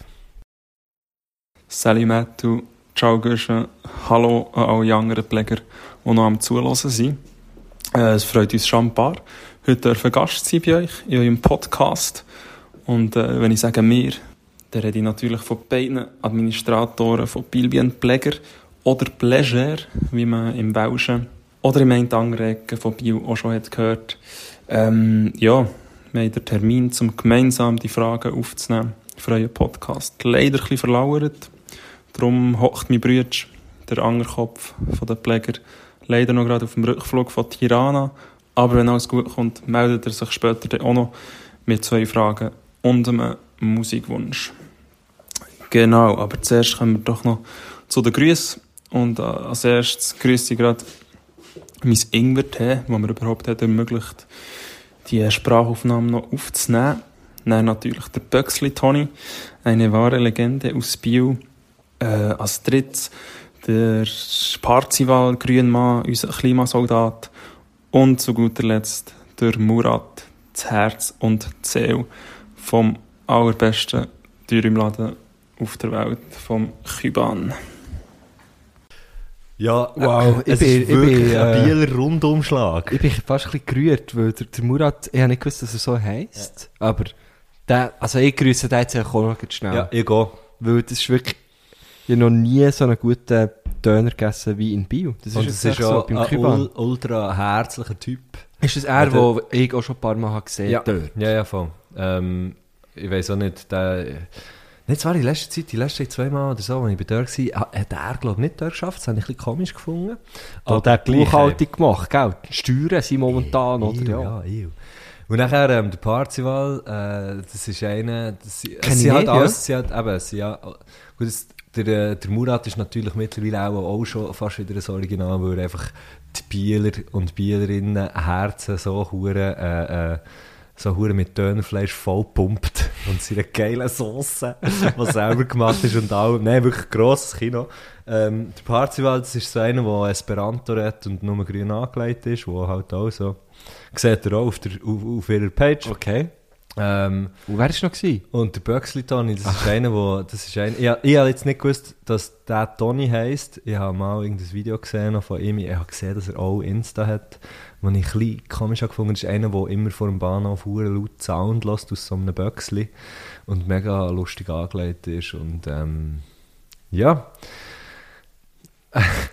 Speaker 6: Salut Matthew, ciao Guschen, hallo eh, an alle anderen Pfleger, die noch am Zuhören sind. Äh, es freut uns schon ein paar. Heute dürfen Gast sein bei euch in eurem Podcast. Und äh, wenn ich sage mir, dann rede ich natürlich von beiden Administratoren von Bilbien Pfleger oder Pleasure, wie man im Welschen oder im einen anderen Ecke von Bio auch schon hat gehört. Ähm, ja, wir haben den Termin, um gemeinsam die Fragen aufzunehmen für euren Podcast. Leider ein bisschen verlauert. Darum hockt mein Bruder, der Angerkopf von der Pfleger, leider noch gerade auf dem Rückflug von Tirana. Aber wenn alles gut kommt, meldet er sich später dann auch noch mit zwei Fragen und einem Musikwunsch. Genau, aber zuerst kommen wir doch noch zu den Grüßen. Und äh, als erstes grüße ich gerade mein Ingwer-Tee, wo mir überhaupt hat ermöglicht, die Sprachaufnahmen noch aufzunehmen. Dann natürlich der Böxli-Toni, eine wahre Legende aus Biel. Äh, als drittes der Parzival Grünmann, unser Klimasoldat. Und zu guter Letzt der Murat, das Herz und die Seele vom allerbesten Tür im Laden auf der Welt, vom Kuban.
Speaker 1: Ja,
Speaker 5: Wow,
Speaker 1: äh,
Speaker 5: ich
Speaker 1: es
Speaker 5: bin-
Speaker 1: ist
Speaker 5: ich bin,
Speaker 1: wirklich ein
Speaker 5: äh,
Speaker 1: Bieler Rundumschlag.
Speaker 5: Ich bin fast ein bisschen gerührt, weil der, der Murat, ich habe nicht gewusst, dass er so heisst. Aber der, also ich grüße den jetzt auch noch ganz schnell.
Speaker 1: Ja, ich gehe.
Speaker 5: Weil das ist wirklich, ich habe noch nie so einen guten Döner gegessen wie in Bio. Das
Speaker 1: Und
Speaker 5: jetzt
Speaker 1: es ist
Speaker 5: echt so,
Speaker 1: auch ein ul- ultra herzlicher Typ.
Speaker 5: Ist das er,
Speaker 1: Ja,
Speaker 5: den ich auch schon ein paar Mal habe gesehen habe?
Speaker 1: ja, ja, voll. Ähm, ich weiß auch nicht, der. Nicht zwar in letzter Zeit, die letzten zweimal oder so, als ich bei dir war, ha- hat er, glaube ich, nicht dort geschafft. Das habe ich ein bisschen komisch gefunden.
Speaker 5: Aber der hat die Buchhaltung gemacht, gell? Die Steuern sind momentan,
Speaker 1: oder?
Speaker 5: oder?
Speaker 1: Ew, ja, ew. Und nachher ähm, der Parzival, äh, das ist einer, das sie,
Speaker 5: Kenn
Speaker 1: sie
Speaker 5: ich
Speaker 1: hat
Speaker 5: nicht, ja.
Speaker 1: alles, sie hat eben, sie hat, gut, das, der, äh, der Murat ist natürlich mittlerweile auch, auch schon fast wieder ein Original, weil er einfach die Bieler und Bielerinnen Herzen so hure äh, äh, so hure mit Dönerfleisch vollpumpt und seiner geilen Sauce, was selber gemacht ist und auch, nein, wirklich grosses Kino. Ähm, der Parzival, das ist so einer, der Esperanto redet und nur grün angelegt ist, wo halt auch so, seht ihr auch auf, der, auf, auf ihrer Page.
Speaker 5: Okay.
Speaker 1: Ähm,
Speaker 5: Und wer war noch? Gewesen?
Speaker 1: und der Böxli Toni, das
Speaker 5: Ah.
Speaker 1: ist einer, wo, das ist einer, ich, ha- ich habe jetzt nicht gewusst, dass der Toni heisst. Ich habe mal irgendein Video gesehen noch von ihm. Ich habe gesehen, dass er auch Insta hat. Was ich ein bisschen komisch habe gefunden das ist einer, der immer vor dem Bahnhof huren laut Sound lässt aus so einem Böxli und mega lustig angelegt ist und, ähm, ja.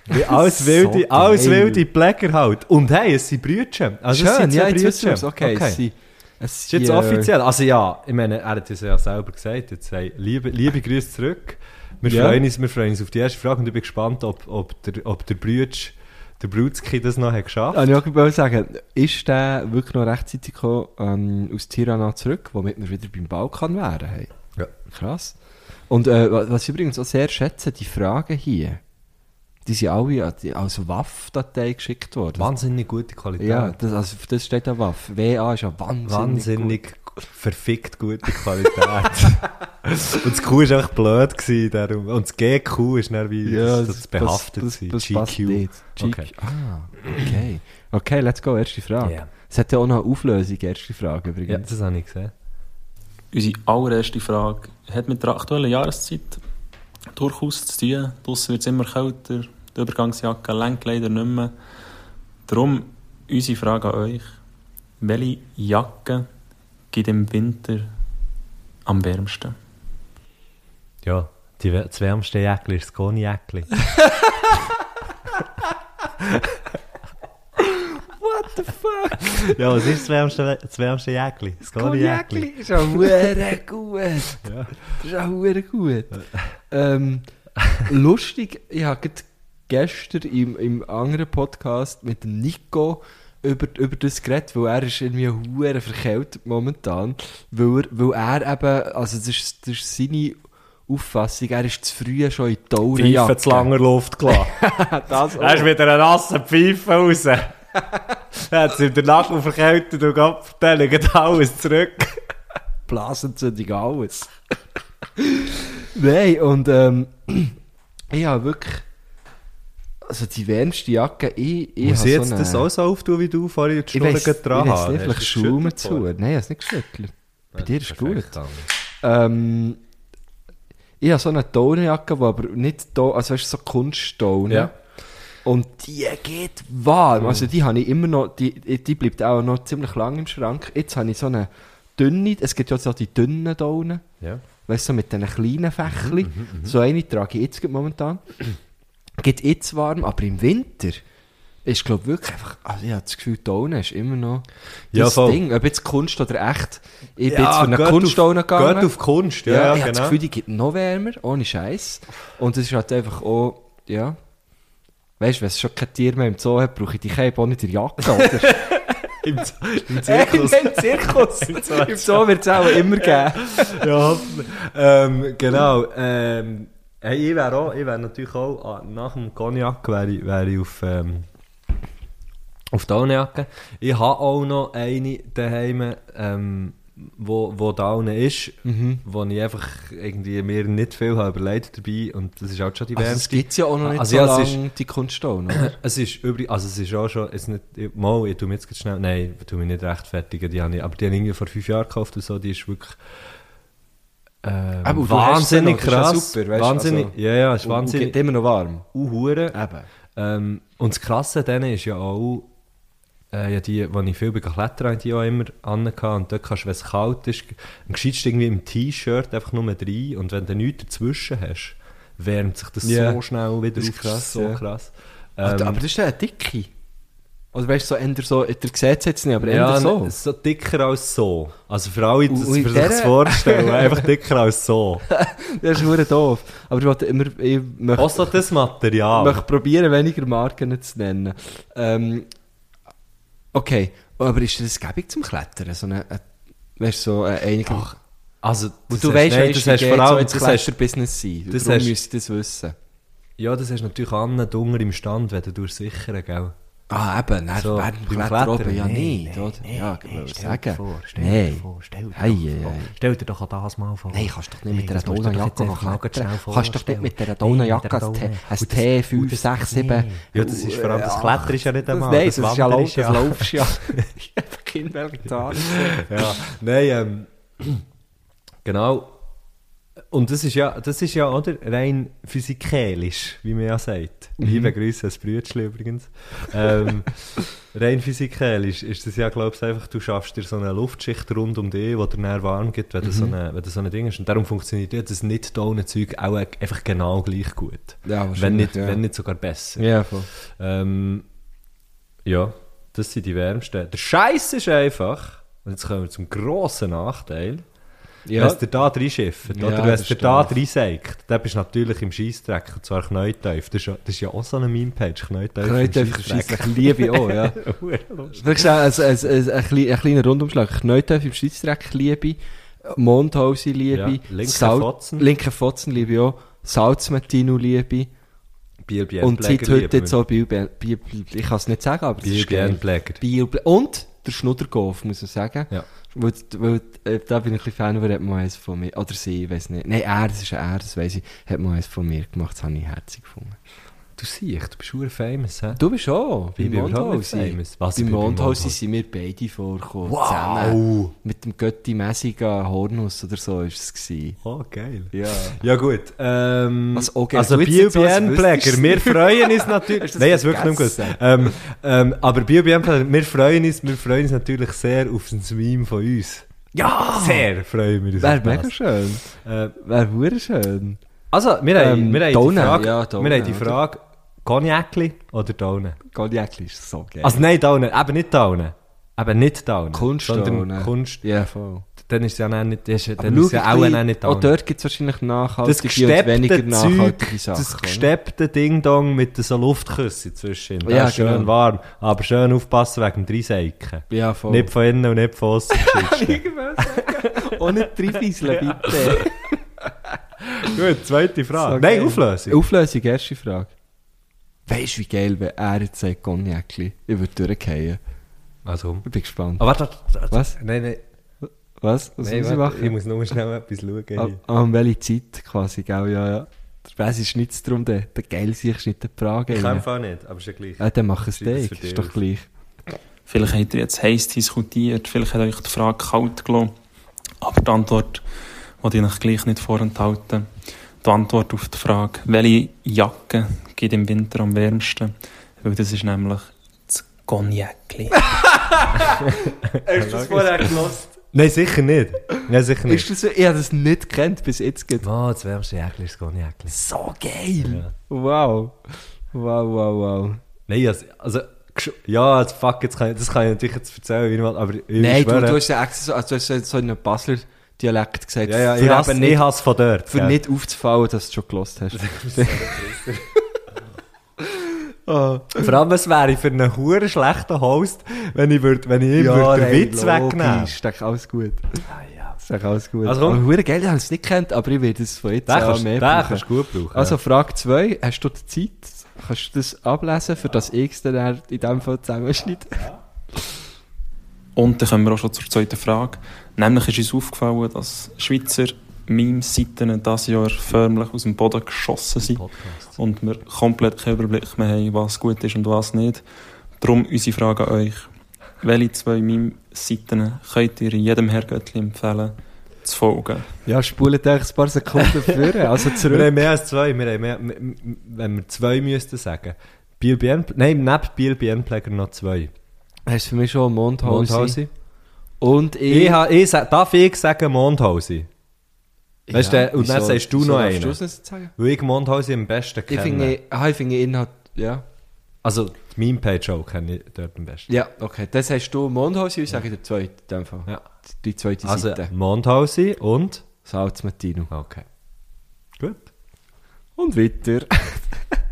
Speaker 1: Wie alles
Speaker 5: So
Speaker 1: wilde, alles
Speaker 5: geil.
Speaker 1: wilde Pläger halt. Und hey, es sind Brütchen. Also es sind zwei
Speaker 5: ja, jetzt wissen wir es.
Speaker 1: Brütchen.
Speaker 5: Okay, Es sind- es
Speaker 1: Ist jetzt
Speaker 5: sind, äh,
Speaker 1: offiziell. Also ja, ich meine, er hat es ja selber gesagt. Jetzt hey, liebe, liebe Grüße zurück. Wir,
Speaker 5: Ja.
Speaker 1: freuen uns, wir freuen uns auf die erste Frage und ich bin gespannt, ob, ob der, ob der Brütsch der Brutzki das noch hat geschafft
Speaker 5: Ah, ich wollte sagen, ist der wirklich noch rechtzeitig gekommen, ähm, aus Tirana zurück, womit wir wieder beim Balkan wären? Hey.
Speaker 1: Ja.
Speaker 5: Krass. Und äh, wa- was ich übrigens auch sehr schätze, die Fragen hier, die sind alle an die- also als WAF-Datei geschickt worden.
Speaker 1: Wahnsinnig gute Qualität.
Speaker 5: Ja, das, also für das steht ja WAF. WA ist ja wahnsinnig.
Speaker 1: Wahnsinnig gu- verfickt gute Qualität. und das Q war echt blöd. Gewesen, darum. Und das GQ ist dann wie
Speaker 5: gut. Ja,
Speaker 1: das, das behaftet.
Speaker 5: das, das, das
Speaker 1: gewesen.
Speaker 5: passt nicht. GQ.
Speaker 1: Okay.
Speaker 5: Ah, okay. Okay, let's go, erste Frage.
Speaker 1: Ja.
Speaker 5: Es hat ja auch noch eine Auflösung, erste Frage
Speaker 1: Ja,
Speaker 5: übrigens.
Speaker 1: das habe ich gesehen.
Speaker 6: Unsere allererste Frage hat mit der aktuellen Jahreszeit durchaus zu tun. Draussen wird es immer kälter, die Übergangsjacke lenkt leider nicht mehr. Darum unsere Frage an euch. Welche Jacke geht im Winter am wärmsten?
Speaker 1: Ja, die, wär- das wärmste Jäckli ist das Goni-Jäckli.
Speaker 5: What the fuck?
Speaker 1: ja, was ist das wärmste, das wärmste Jäckli? Das
Speaker 5: Koniakli
Speaker 1: Goni-Jäckli.
Speaker 5: ist ja hure gut.
Speaker 1: Ja.
Speaker 5: Das ist ja hure gut. Ähm, lustig, ich habe gerade gestern im, im anderen Podcast mit dem Nico über, über das geredet, weil er ist irgendwie hure verkältet momentan, weil er, weil er eben, also das ist, das ist seine Auffassung, er ist zu früh schon in die Taurenjacke.
Speaker 1: Pfeife zu langer Luft gelassen.
Speaker 5: Das
Speaker 1: Er ist mit einer nassen Pfeife raus. Er hat sich in der Nacht verkältet und Gott vertellen, geht alles zurück.
Speaker 5: Blasentzündung, alles. Nein, und ähm, ich habe wirklich. Also die wärmste Jacke, ich, ich
Speaker 1: Muss
Speaker 5: habe
Speaker 1: ich jetzt
Speaker 5: so
Speaker 1: das auch so auftun, wie du vorhin die
Speaker 5: Ich
Speaker 1: Schnur
Speaker 5: weiß
Speaker 1: gerade dran hast?
Speaker 5: nicht,
Speaker 1: Hast du
Speaker 5: vielleicht Schuhe
Speaker 1: geschüttelt
Speaker 5: zu.
Speaker 1: vorher?
Speaker 5: Nein, ich habe es nicht geschüttelt. Bei dir ist gut.
Speaker 1: Perfekt, Dani.
Speaker 5: Ähm, ich habe so eine Tonejacke, die aber nicht da, also weißt du, so Kunststone.
Speaker 1: Ja.
Speaker 5: Und die geht warm. Also die habe ich immer noch, die, die bleibt auch noch ziemlich lang im Schrank. Jetzt habe ich so eine dünne, es gibt ja so die dünnen Tonen.
Speaker 1: Ja.
Speaker 5: Weißt du, so mit diesen kleinen Fächli.
Speaker 1: Mhm,
Speaker 5: so eine trage ich jetzt gerade momentan. Geht jetzt warm, aber im Winter ist, glaube ich, wirklich einfach. Also, ich habe das Gefühl, Tonen ist immer noch
Speaker 1: Ja,
Speaker 5: das
Speaker 1: voll.
Speaker 5: Ding. Ob jetzt Kunst oder echt. Ich bin jetzt für eine Kunsttonen gegangen.
Speaker 1: Geht auf Kunst, ja,
Speaker 5: ja,
Speaker 1: ja,
Speaker 5: ich habe das
Speaker 1: genau.
Speaker 5: Gefühl, die geht noch wärmer, ohne Scheiß. Und es ist halt einfach auch, ja. Weißt du, wenn es schon kein Tier mehr im Zoo hat, brauche ich dich eben auch nicht in der Jacke. Oder?
Speaker 1: Im, im Zirkus.
Speaker 5: Im Zirkus. Im Zoo wird es auch immer geben.
Speaker 1: ja, hoffentlich. ähm, genau. Ähm, hey, ich wäre auch, ich wäre natürlich auch, ah, nach dem Cognac wäre ich, wäre ich auf, ähm, auf Daunenjacke. Ich habe auch noch eine daheim, ähm, wo, wo Daunen ist, wo ich einfach irgendwie mir nicht viel habe überlegt dabei und das ist auch schon die
Speaker 5: Also,
Speaker 1: wärmste.
Speaker 5: es gibt ja auch noch nicht
Speaker 1: Also,
Speaker 5: so
Speaker 1: ja, es ist-
Speaker 5: lange die Kunststone. oder?
Speaker 1: Es ist übrigens, also es ist auch schon, es ist nicht, ich- mal, ich tu mir jetzt grad schnell, nein, ich tu mich nicht rechtfertigen, die habe ich, aber die habe ich irgendwie vor fünf Jahren gekauft und so, die ist wirklich ähm,
Speaker 5: Aber du
Speaker 1: wahnsinnig
Speaker 5: hast sie noch, das ist ja
Speaker 1: krass.
Speaker 5: super, weißt du,
Speaker 1: wahnsinnig,
Speaker 5: also-
Speaker 1: ja, ja, ist
Speaker 5: Und- Und geht
Speaker 1: wahnsinnig.
Speaker 5: immer noch warm.
Speaker 1: Uhuere.
Speaker 5: Eben.
Speaker 1: Ähm, und das Krasse an denen ist ja auch, äh, ja, die, wenn ich viel bin, klettern, die auch immer an und dort kannst du, wenn es kalt ist, am gescheitsten irgendwie im T-Shirt einfach nur rein und wenn du nichts dazwischen hast, wärmt sich das
Speaker 5: Ja.
Speaker 1: so schnell wieder
Speaker 5: Das ist
Speaker 1: auf,
Speaker 5: krass,
Speaker 1: so
Speaker 5: ja.
Speaker 1: krass.
Speaker 5: Ah,
Speaker 1: Ähm,
Speaker 5: aber das ist ja eine dicke. Oder weißt du, so eher so, der sieht es jetzt nicht, aber eher
Speaker 1: Ja,
Speaker 5: so.
Speaker 1: so. so dicker als so. Also für alle, die
Speaker 5: Und- und in
Speaker 1: sich das
Speaker 5: dieser-
Speaker 1: vorstellen, einfach dicker als so.
Speaker 5: Das ist nur doof. Aber ich, wollte immer, ich möchte,
Speaker 1: Auch so das Material.
Speaker 5: möchte probieren, weniger Marken zu nennen. Ähm, okay, aber ist dir das gäbig zum Klettern? So eine, eine, weißt du, so eine einige...
Speaker 1: also,
Speaker 5: Und du weißt,
Speaker 1: nein,
Speaker 5: nein,
Speaker 1: das
Speaker 5: das
Speaker 1: hast vor allem,
Speaker 5: das
Speaker 1: das hast,
Speaker 5: Kletterbusiness sein.
Speaker 1: das
Speaker 5: Darum
Speaker 1: hast-
Speaker 5: müsst ihr das wissen.
Speaker 1: ja, das hast natürlich an Dunger im Stand, wenn du durchsichern, gell?
Speaker 5: Ah, eben, dann
Speaker 1: So,
Speaker 5: während dem
Speaker 1: beim
Speaker 5: Klettern
Speaker 1: Klettern,
Speaker 5: oben ja
Speaker 1: nee,
Speaker 5: nicht,
Speaker 1: nee,
Speaker 5: oder?
Speaker 1: nee,
Speaker 5: ja,
Speaker 1: nee,
Speaker 5: kann ich
Speaker 1: stell dir
Speaker 5: sagen.
Speaker 1: vor, stell dir
Speaker 5: Nein.
Speaker 1: vor, stell dir
Speaker 5: Hei,
Speaker 1: doch
Speaker 5: hei,
Speaker 1: vor.
Speaker 5: hei.
Speaker 1: Stell dir doch auch das mal vor.
Speaker 5: Nein, kannst doch nicht mit
Speaker 1: Nein,
Speaker 5: einer
Speaker 1: das musst du doch
Speaker 5: Donnerjacke
Speaker 1: jetzt einfach
Speaker 5: noch
Speaker 1: mal
Speaker 5: klettern.
Speaker 1: schnell
Speaker 5: Kannst doch nicht
Speaker 1: vorstellen.
Speaker 5: mit einer
Speaker 1: Nein, mit
Speaker 5: Donnerjacke
Speaker 1: einer
Speaker 5: ein T-
Speaker 1: Donner-
Speaker 5: ein
Speaker 1: Und das- und
Speaker 5: T5,
Speaker 1: das-
Speaker 5: 6, 7.
Speaker 1: nee. Ja, das ist vor allem, das
Speaker 5: Äh,
Speaker 1: Klettern ist ja nicht
Speaker 5: das-
Speaker 1: einmal,
Speaker 5: Nein,
Speaker 1: das
Speaker 5: das ist ja
Speaker 1: Wandern
Speaker 5: laut,
Speaker 1: ist ja-
Speaker 5: das laufst ja. Ich hab Kind welchen Tag.
Speaker 1: ja, nein, ähm, genau. Und das ist ja, das ist ja, oder? Rein physikalisch, wie man ja sagt.
Speaker 5: Mhm.
Speaker 1: Liebe Grüße als Brütschli übrigens. Ähm, rein physikalisch ist das ja, glaube ich, einfach, du schaffst dir so eine Luftschicht rund um dich, die dir näher warm gibt, wenn, du
Speaker 5: Mhm.
Speaker 1: so eine, wenn du so ein Ding hast. Und darum funktioniert ja das nicht tonen Zeug auch einfach genau gleich gut.
Speaker 5: Ja,
Speaker 1: wenn,
Speaker 5: wahrscheinlich,
Speaker 1: nicht,
Speaker 5: ja.
Speaker 1: wenn nicht sogar besser.
Speaker 5: Ja, voll.
Speaker 1: Ähm, ja, das sind die wärmsten. Der Scheiß ist einfach, und jetzt kommen wir zum grossen Nachteil,
Speaker 5: Ja.
Speaker 1: Wenn es dir da reinschifft
Speaker 5: Ja,
Speaker 1: oder wenn
Speaker 5: das
Speaker 1: es dir da
Speaker 5: stimmt.
Speaker 1: reinseikt, dann bist du natürlich im Scheissdreck, und zwar Knäuteuf. Das, ist ja- das ist ja auch so eine Meme-Page, Knäuteuf
Speaker 5: Knäut
Speaker 1: im
Speaker 5: einfach
Speaker 1: Scheissdreck.
Speaker 5: Ich liebe auch, oh, ja. Vielleicht schnell ein, ein, ein, ein, klei- ein kleiner Rundumschlag. Knäutöff im Schweizerreck liebe, Mondhose liebe,
Speaker 1: Ja, linke
Speaker 5: Salz-
Speaker 1: Fotzen.
Speaker 5: linke Fotzen liebe ich auch, Salzmartino liebe
Speaker 1: Biel Biel
Speaker 5: und seit
Speaker 1: Pläger
Speaker 5: heute
Speaker 1: lieben
Speaker 5: jetzt auch Biel, Biel, Biel, Biel ich kann es nicht sagen, aber
Speaker 1: wir.
Speaker 5: es
Speaker 1: Biel
Speaker 5: ist
Speaker 1: Biel
Speaker 5: geil.
Speaker 1: Pläger.
Speaker 5: Biel, Biel und der Schnuddergolf, muss man sagen.
Speaker 1: Ja.
Speaker 5: Weil, weil, äh, da bin ich ein bisschen Fan, aber hat mal eins von mir, oder sie, ich weiß nicht. Nein, er, das ist ein er, das weiß ich, hat mal eins von mir gemacht, das habe ich herzig gefunden.
Speaker 1: Du siehst, du bist sehr famous, hä?
Speaker 5: Du bist auch,
Speaker 1: Ich
Speaker 5: beim
Speaker 1: bin überhaupt nicht
Speaker 5: Mondhausi.
Speaker 1: famous. Was, Also, ich bin
Speaker 5: Beim
Speaker 1: beim
Speaker 5: Mondhausi
Speaker 1: Mondhausi?
Speaker 5: sind wir beide vorgekommen, zusammen. Mit dem Götti Messiga Hornus oder so war es. Gewesen.
Speaker 1: Oh, geil.
Speaker 5: Ja.
Speaker 1: Ja gut, ähm,
Speaker 5: Was auch geil.
Speaker 1: also
Speaker 5: Du jetzt jetzt so, als
Speaker 1: BioBN-Pläger,
Speaker 5: wüsstest
Speaker 1: wir freuen uns natürlich,
Speaker 5: Hast du das
Speaker 1: nein, es wirklich nicht gewusst,
Speaker 5: vergessen?
Speaker 1: ähm, ähm, aber BioBN-Pläger, wir freuen uns, wir freuen uns natürlich sehr auf den Meme von uns. Ja!
Speaker 5: Ah.
Speaker 1: Sehr freuen wir uns
Speaker 5: Wäre
Speaker 1: auf
Speaker 5: mega
Speaker 1: das.
Speaker 5: schön.
Speaker 1: Äh,
Speaker 5: Wäre hure schön.
Speaker 1: also, wir haben,
Speaker 5: Ähm,
Speaker 1: wir haben
Speaker 5: Donen,
Speaker 1: die Frage,
Speaker 5: ja, Donen,
Speaker 1: wir haben die
Speaker 5: oder?
Speaker 1: Frage, Cognac-li oder Donen?
Speaker 5: Goliäckli ist so geil.
Speaker 1: Also nein, Donen, eben nicht Donen. Eben nicht Donen.
Speaker 5: Kunstdonen.
Speaker 1: sondern Kunst,
Speaker 5: Ja, voll.
Speaker 1: dann ist es ja dann nicht, ist, ja-
Speaker 5: Aber
Speaker 1: dann
Speaker 5: schau
Speaker 1: ist es ja
Speaker 5: ein
Speaker 1: auch
Speaker 5: bisschen- oh,
Speaker 1: dann nicht
Speaker 5: Auch
Speaker 1: Donen.
Speaker 5: dort gibt es wahrscheinlich
Speaker 1: das
Speaker 5: nachhaltige und weniger
Speaker 1: gesteppte
Speaker 5: nachhaltige
Speaker 1: Zeug,
Speaker 5: Sachen.
Speaker 1: das gesteppte Ding-Dong mit so Luftküssen zwischen. Das
Speaker 5: Ja,
Speaker 1: ist schön
Speaker 5: genau.
Speaker 1: warm, aber schön aufpassen wegen dem Dreiseiken.
Speaker 5: oder? Ja, voll.
Speaker 1: Nicht von innen und nicht von außen.
Speaker 5: Ohne Treibeiseln, oh, bitte.
Speaker 1: Gut, zweite Frage.
Speaker 5: So
Speaker 1: Nein,
Speaker 5: geil.
Speaker 1: Auflösung.
Speaker 5: Auflösung, erste Frage. Weißt du, wie geil, wenn er jetzt sagt, Goliäckli, ich würde durchgehen.
Speaker 1: Also,
Speaker 5: Ich bin gespannt.
Speaker 1: oh, warte, warte, warte.
Speaker 5: Was?
Speaker 1: Nein, nein,
Speaker 5: Was? Was
Speaker 1: Oh. nein
Speaker 5: muss ich
Speaker 1: warte,
Speaker 5: machen?
Speaker 1: ich muss nur schnell etwas schauen.
Speaker 5: Ah,
Speaker 1: hier.
Speaker 5: ah, um welche Zeit quasi, gell, ja, ja. Der Bess ist nichts drum, der, der Geil sich nicht der Frage.
Speaker 1: Ich kann
Speaker 5: rein.
Speaker 1: einfach nicht, aber ist ja gleich.
Speaker 5: Ah, dann mach ein
Speaker 1: Schreib es
Speaker 5: Steak,
Speaker 1: für dich
Speaker 5: ist doch
Speaker 1: auf.
Speaker 5: gleich.
Speaker 6: Vielleicht habt ihr jetzt heiß diskutiert, vielleicht hat euch die Frage kalt gelassen. Aber die Antwort wollte ich euch gleich nicht vorenthalten. Die Antwort auf die Frage, welche Jacke geht im Winter am wärmsten? Weil das ist nämlich das Cognac.
Speaker 5: Hast du das vorher gelost?
Speaker 1: Nein, sicher nicht. Nein, sicher nicht.
Speaker 5: Ist das so? Ich habe das nicht gekannt bis jetzt. Geht.
Speaker 1: Oh, das wärmste Jäckli ist Cognac.
Speaker 5: So geil! Wow. Wow, wow, wow.
Speaker 1: Nein, also, also gesch- ja, jetzt fuck, jetzt kann ich, das kann ich natürlich jetzt erzählen, wie ich will, aber ich
Speaker 5: Nein, du,
Speaker 1: schwöre-
Speaker 5: du hast ja extra so, also du hast ja so einen Basler Dialekt gesagt.
Speaker 1: ja, ja,
Speaker 5: für
Speaker 1: ich hasse,
Speaker 5: eben
Speaker 1: ich
Speaker 5: nicht,
Speaker 1: hasse von dort.
Speaker 5: für
Speaker 1: gell.
Speaker 5: nicht aufzufallen, dass du es schon gelost hast. Ah.
Speaker 1: Vor allem, es wäre für einen huren schlechten Host, wenn ich, würd, wenn ich ihm würd den
Speaker 5: nein,
Speaker 1: Witz wegnehmen Ah,
Speaker 5: logisch. Ist doch alles gut. Ist doch alles gut.
Speaker 1: Also
Speaker 5: Also,
Speaker 1: komm.
Speaker 5: aber hure geil, ich habe es nicht kennt, aber ich werde es von jetzt
Speaker 1: Den
Speaker 5: an
Speaker 1: kannst,
Speaker 5: mehr
Speaker 1: den
Speaker 5: brauchen.
Speaker 1: kannst du gut brauchen.
Speaker 5: Also
Speaker 1: ja.
Speaker 5: Frage 2, hast du die Zeit? Kannst du das ablesen, für das ich es dann eher in diesem Fall zusammenschneide?
Speaker 6: Und dann kommen wir auch schon zur zweiten Frage. Nämlich ist uns aufgefallen, dass Schweizer Meme-Seiten dieses Jahr förmlich aus dem Boden geschossen sind.
Speaker 1: Podcast.
Speaker 6: und wir komplett keinen Überblick mehr haben, was gut ist und was nicht. Darum unsere Frage an euch. Welche zwei Meme-Seiten könnt ihr jedem Herrgöttli empfehlen, zu folgen?
Speaker 5: Ja, spult euch ein paar Sekunden vor, also
Speaker 1: Wir haben
Speaker 5: zurück.
Speaker 1: mehr als zwei, wir haben mehr, m- m- wenn wir zwei müssten sagen. Biel Bien, nein, neben Biel Bienpläger noch zwei.
Speaker 5: Hast du für mich schon Mondhausi?
Speaker 1: Mondhausi.
Speaker 5: Und ich...
Speaker 1: Ich, ha- ich, sa- darf ich sagen Mondhausi? Weißt du, und dann sagst du noch
Speaker 5: darfst
Speaker 1: einen.
Speaker 5: du es nicht sagen?
Speaker 1: Weil ich Mondhausi am besten
Speaker 5: Ich
Speaker 1: kenne.
Speaker 5: finde, ah, ich finde Inhalt, ja.
Speaker 1: also, die Meme-Page auch kenne ich dort am besten.
Speaker 5: Ja, okay. Das hast du Mondhausi, ich sage der zweite in dem Fall.
Speaker 1: Ja.
Speaker 5: Die zweite
Speaker 1: Also,
Speaker 5: Seite.
Speaker 1: Mondhausi und...
Speaker 5: Salz Martino.
Speaker 1: Okay. Gut.
Speaker 5: Und weiter.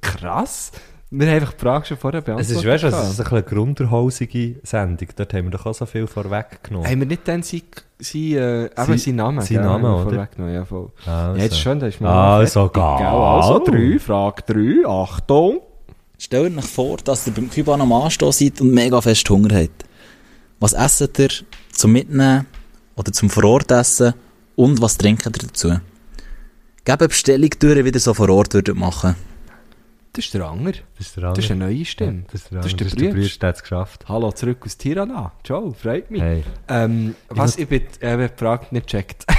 Speaker 5: Krass. Wir haben einfach die Frage schon vorher
Speaker 1: Es
Speaker 5: beantwortet.
Speaker 1: ist, weißt du, es
Speaker 5: gehabt.
Speaker 1: ist ein bisschen eine grunderhausige Sendung. Dort haben wir doch auch so viel vorweggenommen.
Speaker 5: Haben wir nicht dann sein, sein, äh,
Speaker 1: Sein-
Speaker 5: eben seinen Namen?
Speaker 1: seinen
Speaker 5: gell,
Speaker 1: Namen,
Speaker 5: haben wir
Speaker 1: oder?
Speaker 5: Vorweggenommen, ja, voll.
Speaker 1: Also.
Speaker 5: Ja, jetzt schon, da ist man
Speaker 1: Also,
Speaker 5: fertig,
Speaker 1: geil.
Speaker 5: gell? Also, drei, Frage drei, Achtung.
Speaker 7: Stellt euch vor, dass ihr beim Kuban am Anstehen seid und mega fest Hunger habt. Was esset ihr zum Mitnehmen oder zum Vorortessen und was trinkt ihr dazu? Gebt eine Bestellung durch, wie ihr so vor Ort würdet machen.
Speaker 5: Das ist der Anger.
Speaker 1: Das ist der
Speaker 5: Das ist
Speaker 1: andere.
Speaker 5: eine neue Stimme.
Speaker 1: Das ist der,
Speaker 5: Das ist
Speaker 1: andere.
Speaker 5: der
Speaker 1: das ist der
Speaker 5: Brütsch.
Speaker 1: Brütsch, der hat's geschafft.
Speaker 5: Hallo, zurück aus Tirana. Ciao, freut mich.
Speaker 1: Hey.
Speaker 5: Ähm, was, ich bin, äh, ich bin die Frage nicht gecheckt.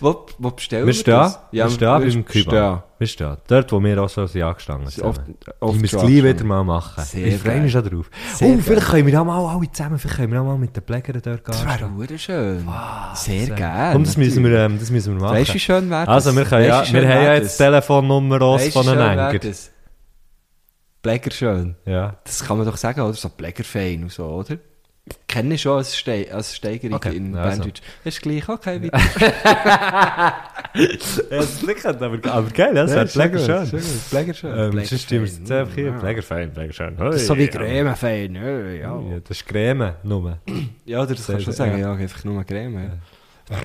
Speaker 5: wo, wo bestellen
Speaker 1: Wir stehen,
Speaker 5: das?
Speaker 1: wir stehen beim
Speaker 5: stehen.
Speaker 1: Kuban. Wir stehen. Dort, wo wir auch so sind angestanden
Speaker 5: Ist
Speaker 1: sind.
Speaker 5: oft- oft
Speaker 1: ich muss es
Speaker 5: schon
Speaker 1: gleich wieder
Speaker 5: angestanden.
Speaker 1: mal machen.
Speaker 5: Sehr
Speaker 1: ich freue
Speaker 5: geil.
Speaker 1: mich schon drauf.
Speaker 5: Sehr
Speaker 1: oh, vielleicht können wir da mal alle zusammen, vielleicht können wir auch mal mit den Pflegern dort
Speaker 5: Das
Speaker 1: gehen.
Speaker 5: wäre hure schön. Sehr gerne.
Speaker 1: Und das müssen, wir, ähm, das müssen wir machen.
Speaker 5: Weißt du, wie schön wäre das?
Speaker 1: also, wir, können, ja,
Speaker 5: Weisst du,
Speaker 1: wir
Speaker 5: wie schön
Speaker 1: haben ja
Speaker 5: wär
Speaker 1: jetzt
Speaker 5: das?
Speaker 1: die Telefonnummer aus
Speaker 5: Weisst du,
Speaker 1: von
Speaker 5: wie schön
Speaker 1: einem
Speaker 5: wär
Speaker 1: Enger.
Speaker 5: das? Bläger schön.
Speaker 1: Ja.
Speaker 5: Das kann man doch sagen, oder? So Blägerfein und so, oder? kenne ich schon als, Ste als Steigerung
Speaker 1: Okay,
Speaker 5: in
Speaker 1: also.
Speaker 5: Bandage. Das ist gleich, okay, weiter.
Speaker 1: das liegt aber, aber geil, das wäre lecker schön.
Speaker 5: Pflegerschön.
Speaker 1: Ähm, sonst tun wir es jetzt einfach hier. Pflegerfein, Pflegerschein. Hoi,
Speaker 5: So wie
Speaker 1: ja.
Speaker 5: Cremefein, ja.
Speaker 1: Ja, das ist Creme, nur.
Speaker 5: Ja, oder das
Speaker 1: Sehr,
Speaker 5: kannst du schon
Speaker 1: sehr,
Speaker 5: sagen, ja, einfach nur Creme. Ja.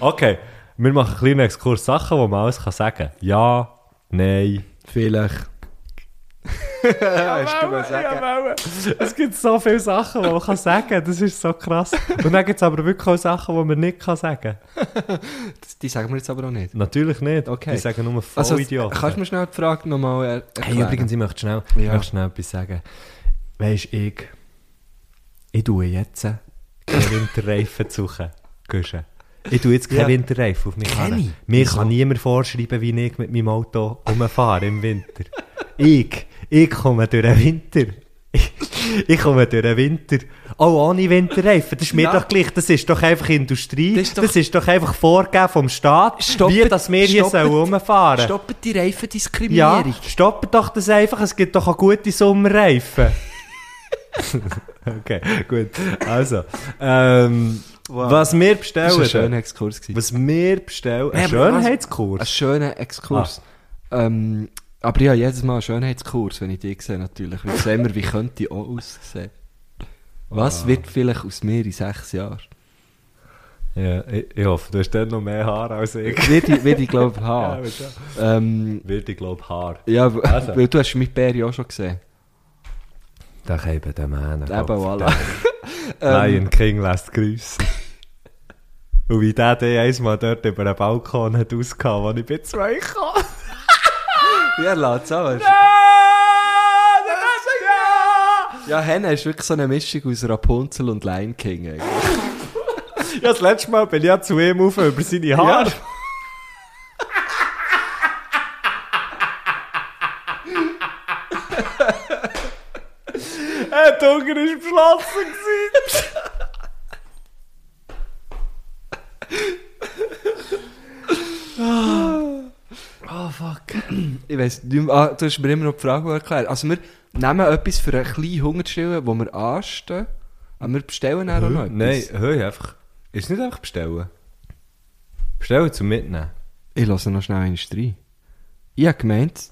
Speaker 1: Okay, wir machen einen kleinen Exkurs. Sachen, die man alles kann sagen kann. Ja, nein.
Speaker 5: Vielleicht. Hast du mal sagen?
Speaker 1: Jawohl. Es gibt so viele Sachen, die man kann sagen kann. Das ist so krass. Und dann gibt es aber wirklich auch Sachen, die man nicht kann sagen kann.
Speaker 5: Das- Die sagen wir jetzt aber auch nicht.
Speaker 1: Natürlich nicht.
Speaker 5: Okay.
Speaker 1: Die sagen nur
Speaker 5: Also,
Speaker 1: Vollidioten.
Speaker 5: kannst du mir schnell die Frage nochmal er eh, erklären?
Speaker 1: Hey, übrigens, ich möchte schnell, ich
Speaker 5: Ja.
Speaker 1: möchte schnell etwas sagen. Weisst ich, ich tue jetzt keine Winterreifen suchen. Guschen. Ich tue jetzt keine
Speaker 5: Ja.
Speaker 1: Winterreifen auf mich
Speaker 5: ich?
Speaker 1: kann. Mir kann niemand vorschreiben, wie ich mit meinem Auto rumfahre im Winter. ich, ich komme durch den Winter. Ich, ich komme durch den Winter. Auch ohne Winterreifen. Das ist mir
Speaker 5: Ja.
Speaker 1: doch gleich. Das ist doch einfach Industrie.
Speaker 5: Das
Speaker 1: Das
Speaker 5: ist
Speaker 1: ist
Speaker 5: doch-
Speaker 1: doch, einfach Vorgeben vom Staat, wie
Speaker 5: Stoppet-
Speaker 1: dass wir hier
Speaker 5: stoppet-
Speaker 1: sollen rumfahren
Speaker 5: Stoppt die
Speaker 1: ja,
Speaker 5: Reifendiskriminierung.
Speaker 1: stoppt doch das einfach, es gibt doch auch gute Sommerreifen. okay, gut. Also, ähm, was wir
Speaker 5: Das war ein
Speaker 1: bestellen,
Speaker 5: schöner Exkurs. gewesen.
Speaker 1: was wir bestellen, ein
Speaker 5: aber was- Ein
Speaker 1: Schönheitskurs.
Speaker 5: schöner Exkurs.
Speaker 1: Ah.
Speaker 5: Ähm, aber ja, jedes Mal einen Schönheitskurs, wenn ich dich sehe, natürlich. Weil sehen wir, wie könnte ich auch aussehen.
Speaker 1: Ah.
Speaker 5: Was wird vielleicht aus mir in sechs Jahren?
Speaker 1: Ja, ich, ich hoffe, du hast dann noch mehr Haare als ich.
Speaker 5: Wird ich, wird ich glaube ich,
Speaker 1: Ja,
Speaker 5: haben.
Speaker 1: aber schon.
Speaker 5: Ähm,
Speaker 1: Wird ich glaube Haar.
Speaker 5: ja,
Speaker 1: Also.
Speaker 5: weil du hast mit Bär auch schon gesehen.
Speaker 1: Da geben den Mähnen.
Speaker 5: Eben, voilà. Ähm.
Speaker 1: Lion King lässt grüßen. Und wie der den einmal dort über den Balkon hat ausgehauen, als ich bei zwei kam.
Speaker 5: Ja, lass aber. Ja, Henne ist wirklich so eine Mischung aus Rapunzel und Lion King. Eigentlich.
Speaker 1: Ja, das letzte Mal bin ich ja zu ihm auf über seine Haare. Ja. Der Hunger war beschlossen. gewesen.
Speaker 5: Ah, oh, Ich weiss nicht mehr. Ah, du hast mir immer noch die Frage erklärt. Also, wir nehmen etwas für einen kleinen Hungerstillen, wo wir anstehen. Aber wir bestellen dann auch noch
Speaker 1: Hm? Mhm. Nein,
Speaker 5: etwas.
Speaker 1: hör einfach. Ist nicht einfach bestellen. Bestellen zum Mitnehmen.
Speaker 5: Ich lasse noch schnell eine rein. Ich habe gemeint,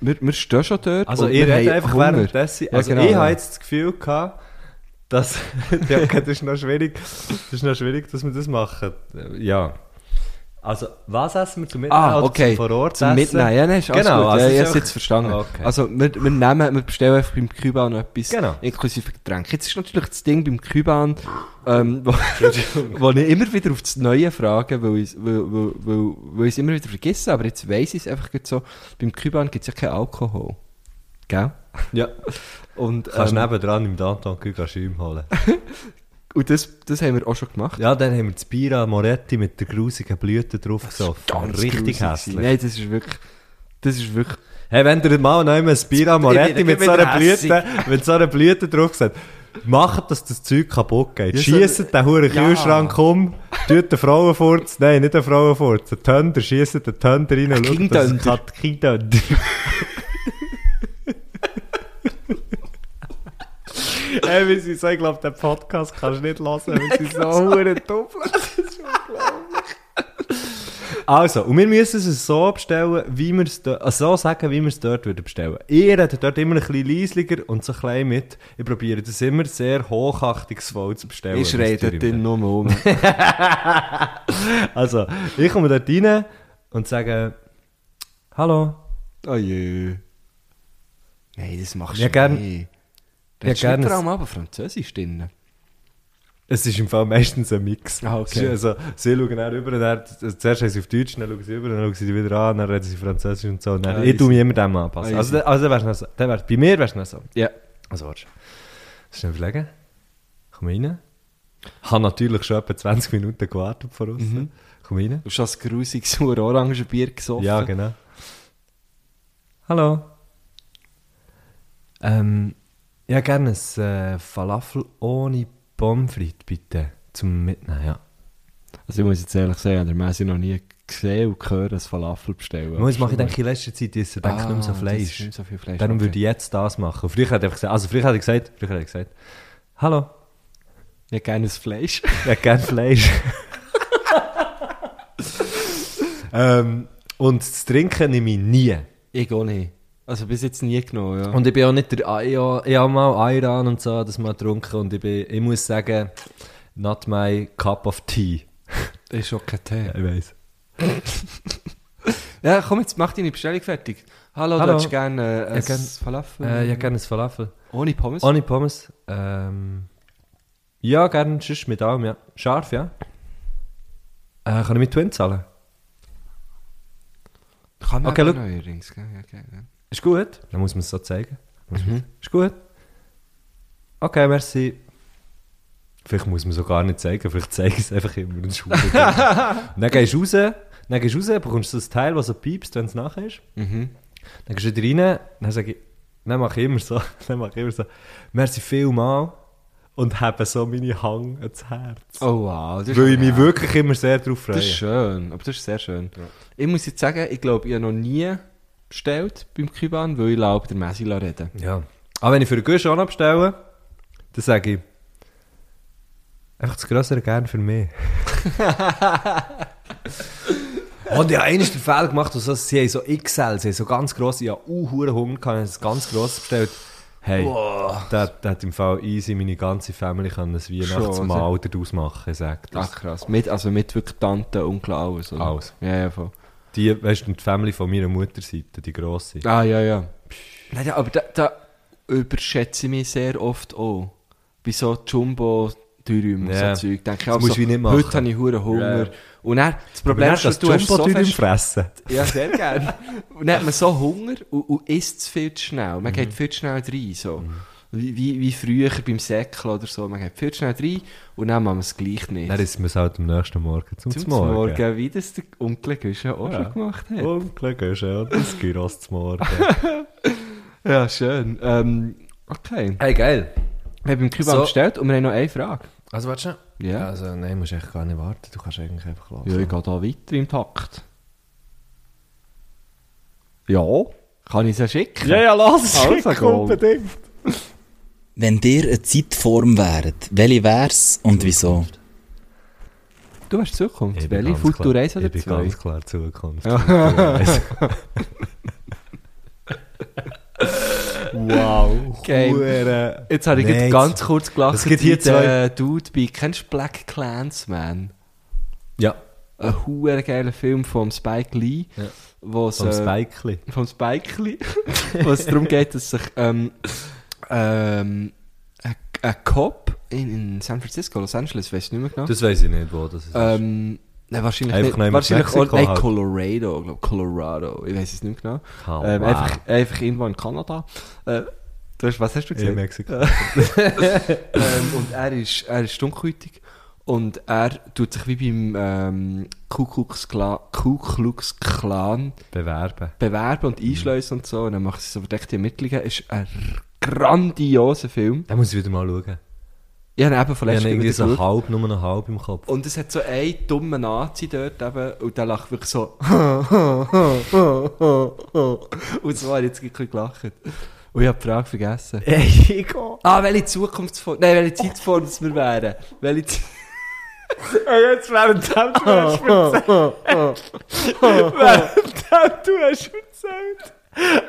Speaker 5: wir, wir stehen schon dort.
Speaker 1: Also,
Speaker 5: und
Speaker 1: ich
Speaker 5: wir
Speaker 1: rede
Speaker 5: haben
Speaker 1: einfach
Speaker 5: Hunger.
Speaker 1: währenddessen. Also,
Speaker 5: genau,
Speaker 1: ich
Speaker 5: ja.
Speaker 1: habe jetzt das Gefühl gehabt, dass. ja, okay, das ist noch schwierig. Das ist noch schwierig, dass wir das machen. Ja. Also, was essen wir zum Mitnehmen?
Speaker 5: Ah,
Speaker 1: oder
Speaker 5: okay.
Speaker 1: Zum vor Ort
Speaker 5: Zum
Speaker 1: essen?
Speaker 5: Mitnehmen, ja, nein, ist alles
Speaker 1: Genau,
Speaker 5: gut.
Speaker 1: also
Speaker 5: ja,
Speaker 1: es
Speaker 5: ich
Speaker 1: ist
Speaker 5: hab's
Speaker 1: einfach-
Speaker 5: jetzt verstanden.
Speaker 1: Ah, okay.
Speaker 5: Also, wir, wir nehmen, wir bestellen einfach beim Küban etwas,
Speaker 1: Genau.
Speaker 5: inklusive Getränk. Jetzt ist natürlich das Ding beim Küban, ähm, wo, wo ich immer wieder auf das Neue frage, weil ich, weil, weil, weil, weil ich es immer wieder vergesse, aber jetzt weiss ich es einfach grad so, beim Küban gibt es ja keinen Alkohol. Gell?
Speaker 1: Ja.
Speaker 5: Und,
Speaker 1: Kannst
Speaker 5: ähm,
Speaker 1: nebendran im Danton Gugaschim holen.
Speaker 5: und das, das haben wir auch schon gemacht.
Speaker 1: Ja, dann haben wir das Bira Moretti mit der grusigen Blüte drauf gesoffen. Richtig
Speaker 5: grusig
Speaker 1: hässlich.
Speaker 5: gewesen. Nein, das ist wirklich, das ist wirklich,
Speaker 1: Hey, wenn ihr mal noch einmal ein Bira Moretti
Speaker 5: bin-
Speaker 1: mit
Speaker 5: ich
Speaker 1: so,
Speaker 5: bin
Speaker 1: einer
Speaker 5: hässig.
Speaker 1: Blüte, mit so einer Blüte drauf gesetzt macht, dass das Zeug kaputt geht.
Speaker 5: Ja, so-
Speaker 1: Schiesset den huren
Speaker 5: Ja.
Speaker 1: Kühlschrank um, tut den Frauenfurz, nein, nicht den Frauenfurz, den Tönder, schiesset den Tönder rein und schaut, dass es
Speaker 5: Kindtönder.
Speaker 1: kein- kein Tönder. Ey, wir sind so, ich glaube, den Podcast kannst du nicht hören, wir sind so huren dumm. Also, und wir müssen es so bestellen, wie wir es dort, also so sagen, wie wir es dort würden bestellen. Ich rede dort immer ein bisschen leisliger und so klein mit. Ich probiere das immer sehr hochachtungsvoll zu bestellen.
Speaker 5: ich
Speaker 1: was
Speaker 5: rede
Speaker 1: tue
Speaker 5: den
Speaker 1: mir.
Speaker 5: nur um.
Speaker 1: Also, ich komme dort rein und sage, Hallo,
Speaker 5: Oh je. Nein, das machst
Speaker 1: Ja,
Speaker 5: du
Speaker 1: gern-
Speaker 5: nicht.
Speaker 1: ja,
Speaker 5: Redest
Speaker 1: gern
Speaker 5: du
Speaker 1: es-
Speaker 5: vor allem aber Französisch drin?
Speaker 1: Es ist im Fall meistens ein Mix.
Speaker 5: Ah, okay.
Speaker 1: Es ist Also, sie schauen dann rüber, dann, also zuerst haben sie auf Deutsch, dann schauen sie rüber, dann schauen sie wieder an, dann reden sie Französisch und so. Und dann,
Speaker 5: Ah,
Speaker 1: ich tue
Speaker 5: easy.
Speaker 1: mich immer dem anpassen.
Speaker 5: Ah,
Speaker 1: also,
Speaker 5: easy.
Speaker 1: dann- also dann wär's noch so. Dann wär's, bei mir wär's noch so.
Speaker 5: Ja.
Speaker 1: Also, warte. Schnell überlegen. Komm rein. Ich habe natürlich schon etwa 20 Minuten gewartet von uns. Komm rein.
Speaker 5: Du hast das grusiges Orangenbier gesoffen.
Speaker 1: Ja, genau. Hallo. Ähm, ja, gerne ein äh, Falafel ohne Pommes frites, bitte. Zum Mitnehmen, ja.
Speaker 5: Also ich muss jetzt ehrlich sagen, der Messi noch nie sehe und höre, ein Falafel bestellen.
Speaker 1: Muss mache ich denke, in letzter Zeit isst er denke ich nicht mehr so Fleisch.
Speaker 5: Nicht so viel Fleisch.
Speaker 1: Darum
Speaker 5: okay.
Speaker 1: würde ich jetzt das machen. Früher hätte ich einfach gesagt, also früher hätte ich gesagt, früher hätte ich gesagt, hallo,
Speaker 5: ich hätte gerne ein Fleisch.
Speaker 1: ich hätte gerne Fleisch. ähm, und das Trinken nehme ich nie.
Speaker 5: ich auch nicht. Also bis jetzt nie genommen, ja.
Speaker 1: Und ich bin auch nicht der, ich, ich, ich habe mal Ayran und so das mal getrunken und ich, bin, ich muss sagen, not my cup of tea.
Speaker 5: ist auch kein Tee.
Speaker 1: Ich weiß.
Speaker 5: Ja, komm jetzt, mach deine Bestellung fertig. Hallo,
Speaker 1: Hallo.
Speaker 5: du hättest gerne äh, ein
Speaker 1: Ja, gern.
Speaker 5: Falafel?
Speaker 1: Äh, ich hätte gerne ein Falafel.
Speaker 5: Ohne Pommes?
Speaker 1: Ohne Pommes. Ähm, ja, gerne, sonst mit allem, ja. Scharf, ja. Äh, kann ich mit Twin zahlen?
Speaker 5: Kann man
Speaker 1: Okay,
Speaker 5: aber
Speaker 1: look.
Speaker 5: neuerdings, gell? Ja, okay, ja.
Speaker 1: Ist gut. Dann muss man es so zeigen. Muss
Speaker 5: Mhm.
Speaker 1: man- Ist gut. Okay, merci. Vielleicht muss man es auch gar nicht zeigen, vielleicht zeige ich es einfach immer in Schule. dann gehst du raus, dann gehst du raus, bekommst du das Teil, das so piepst, wenn es nachher ist.
Speaker 5: Mhm.
Speaker 1: Dann gehst du wieder rein, dann sage ich, dann mache ich immer so, dann mache ich immer so, merci vielmal und habe so meine Hang ans Herz.
Speaker 5: Oh wow, das ist,
Speaker 1: Weil ich mich wirklich immer sehr darauf freue.
Speaker 5: das ist schön. Aber das ist sehr schön. Ich muss jetzt sagen, ich glaube, ich habe noch nie bestellt beim Kuban, weil ich laub der Messi reden
Speaker 1: Ja. Aber wenn ich für einen Gusch auch noch bestelle, dann sage ich, einfach das Größere gerne für mich. Oh, Und ich habe einmal den Fehler gemacht, also, sie haben so XL, sie haben so ganz grosse, ich hatte auch verdammt Hunger, gehabt, ich habe ein ganz grosses bestellt. Hey, der, der hat im Fall easy meine ganze Family können ein Weihnachtsmahl daraus machen, sagt
Speaker 5: Ach krass. Mit, also mit wirklich Tante, Onkel, alles. Oder?
Speaker 1: Alles.
Speaker 5: Ja, ja, voll.
Speaker 1: Die, weißt du, die Family von meiner Mutterseite, die grosse.
Speaker 5: Ah, ja, ja. Nein, ja, aber da, da überschätze ich mich sehr oft auch. Bei so jumbo Dürüm und
Speaker 1: Ja.
Speaker 5: so Zeug. Denke ich
Speaker 1: Das
Speaker 5: also,
Speaker 1: musst du wie nicht machen.
Speaker 5: heute habe ich hure Hunger.
Speaker 1: Ja.
Speaker 5: Und dann, das
Speaker 1: Aber
Speaker 5: Problem
Speaker 1: dann
Speaker 5: ist, dass
Speaker 1: das
Speaker 5: du hast so
Speaker 1: Jumbo-Tür
Speaker 5: fest...
Speaker 1: Fressen.
Speaker 5: Ja, sehr gerne. Und dann hat man so Hunger und, und isst viel zu schnell.
Speaker 1: Mhm.
Speaker 5: Man geht viel zu schnell rein, so. Wie, wie, wie früher beim Säckel oder so. Man geht viel zu schnell rein und dann machen wir es gleich nicht.
Speaker 1: Dann ist man es halt am nächsten Morgen zum,
Speaker 5: zum
Speaker 1: Morgen.
Speaker 5: Morgen, wie das der Onkel Güsche
Speaker 1: Ja.
Speaker 5: auch
Speaker 1: Oh,
Speaker 5: schon gemacht hat.
Speaker 1: Unglück ist ja das Gyros zum Morgen.
Speaker 5: Ja, schön. Ähm, okay.
Speaker 1: hey, geil.
Speaker 5: Wir haben im Kuban
Speaker 1: So.
Speaker 5: bestellt und wir haben noch eine Frage.
Speaker 1: Also, warte schon.
Speaker 5: Ja.
Speaker 1: Also, nein, musst echt gar nicht warten. Du kannst eigentlich einfach laufen.
Speaker 5: Ja, ich gehe da weiter im Takt. Ja, kann ich es ja schicken?
Speaker 1: ja, lass
Speaker 5: Also, go.
Speaker 1: unbedingt.
Speaker 7: Wenn dir eine Zeitform wäret, welche wär's und wieso?
Speaker 5: Du hast Zukunft.
Speaker 1: Ich bin
Speaker 5: Welche?
Speaker 1: ganz
Speaker 5: Futur
Speaker 1: klar-
Speaker 5: 1 oder
Speaker 1: Ich bin
Speaker 5: 2?
Speaker 1: ganz klar Zukunft. wow.
Speaker 5: Geil.
Speaker 1: Hure.
Speaker 5: Jetzt habe ich
Speaker 1: Nein,
Speaker 5: gerade ganz kurz gelacht.
Speaker 1: es gibt hier
Speaker 5: wie der Dude bei, kennst du Black Clansman?
Speaker 1: Ja,
Speaker 5: Ein huere geiler Film von Spike Lee.
Speaker 1: Ja.
Speaker 5: Wo es,
Speaker 1: vom
Speaker 5: äh,
Speaker 1: Spikeli.
Speaker 5: vom Spike Lee. wo es darum geht, dass sich ähm, ähm, ein- ein Cop in, in San Francisco, Los Angeles, weiß ich nicht mehr genau.
Speaker 1: Das weiß ich nicht, wo das ist.
Speaker 5: Ähm, nein, wahrscheinlich
Speaker 1: Einfach noch
Speaker 5: nicht.
Speaker 1: in
Speaker 5: Wahrscheinlich
Speaker 1: Mexiko
Speaker 5: auch, nein,
Speaker 1: halt.
Speaker 5: Colorado, glaub, Colorado. Ich weiß es nicht genau.
Speaker 1: Colorado.
Speaker 5: Ähm, einfach, einfach irgendwo in Kanada. Äh, du hast, was hast du
Speaker 1: in
Speaker 5: gesagt?
Speaker 1: Mexiko.
Speaker 5: ähm, und er ist, er ist dunkelhäutig. Und er tut sich wie beim ähm, Ku Klux Kla- Ku Klux Klan
Speaker 1: Bewerben.
Speaker 5: bewerben und einschleusen und so. Und dann macht sie so verdeckte Ermittlungen. Ist ein grandioser Film.
Speaker 1: Da muss ich wieder mal schauen.
Speaker 5: Ich habe ihn eben von
Speaker 1: Ich habe
Speaker 5: letztem
Speaker 1: irgendwie
Speaker 5: wieder
Speaker 1: so
Speaker 5: geschaut.
Speaker 1: halb, nur noch halb im Kopf.
Speaker 5: Und es hat so einen dummen Nazi dort eben, und der lacht wirklich so. und so hat jetzt ein bisschen gelacht. Und ich habe die Frage vergessen.
Speaker 1: Ey, ich gehe.
Speaker 5: Ah, welche Zukunftsform, nein, welche Zeitform das wir wären. Welche Zeit
Speaker 1: Jetzt während dem du hast Während du hast erzählt.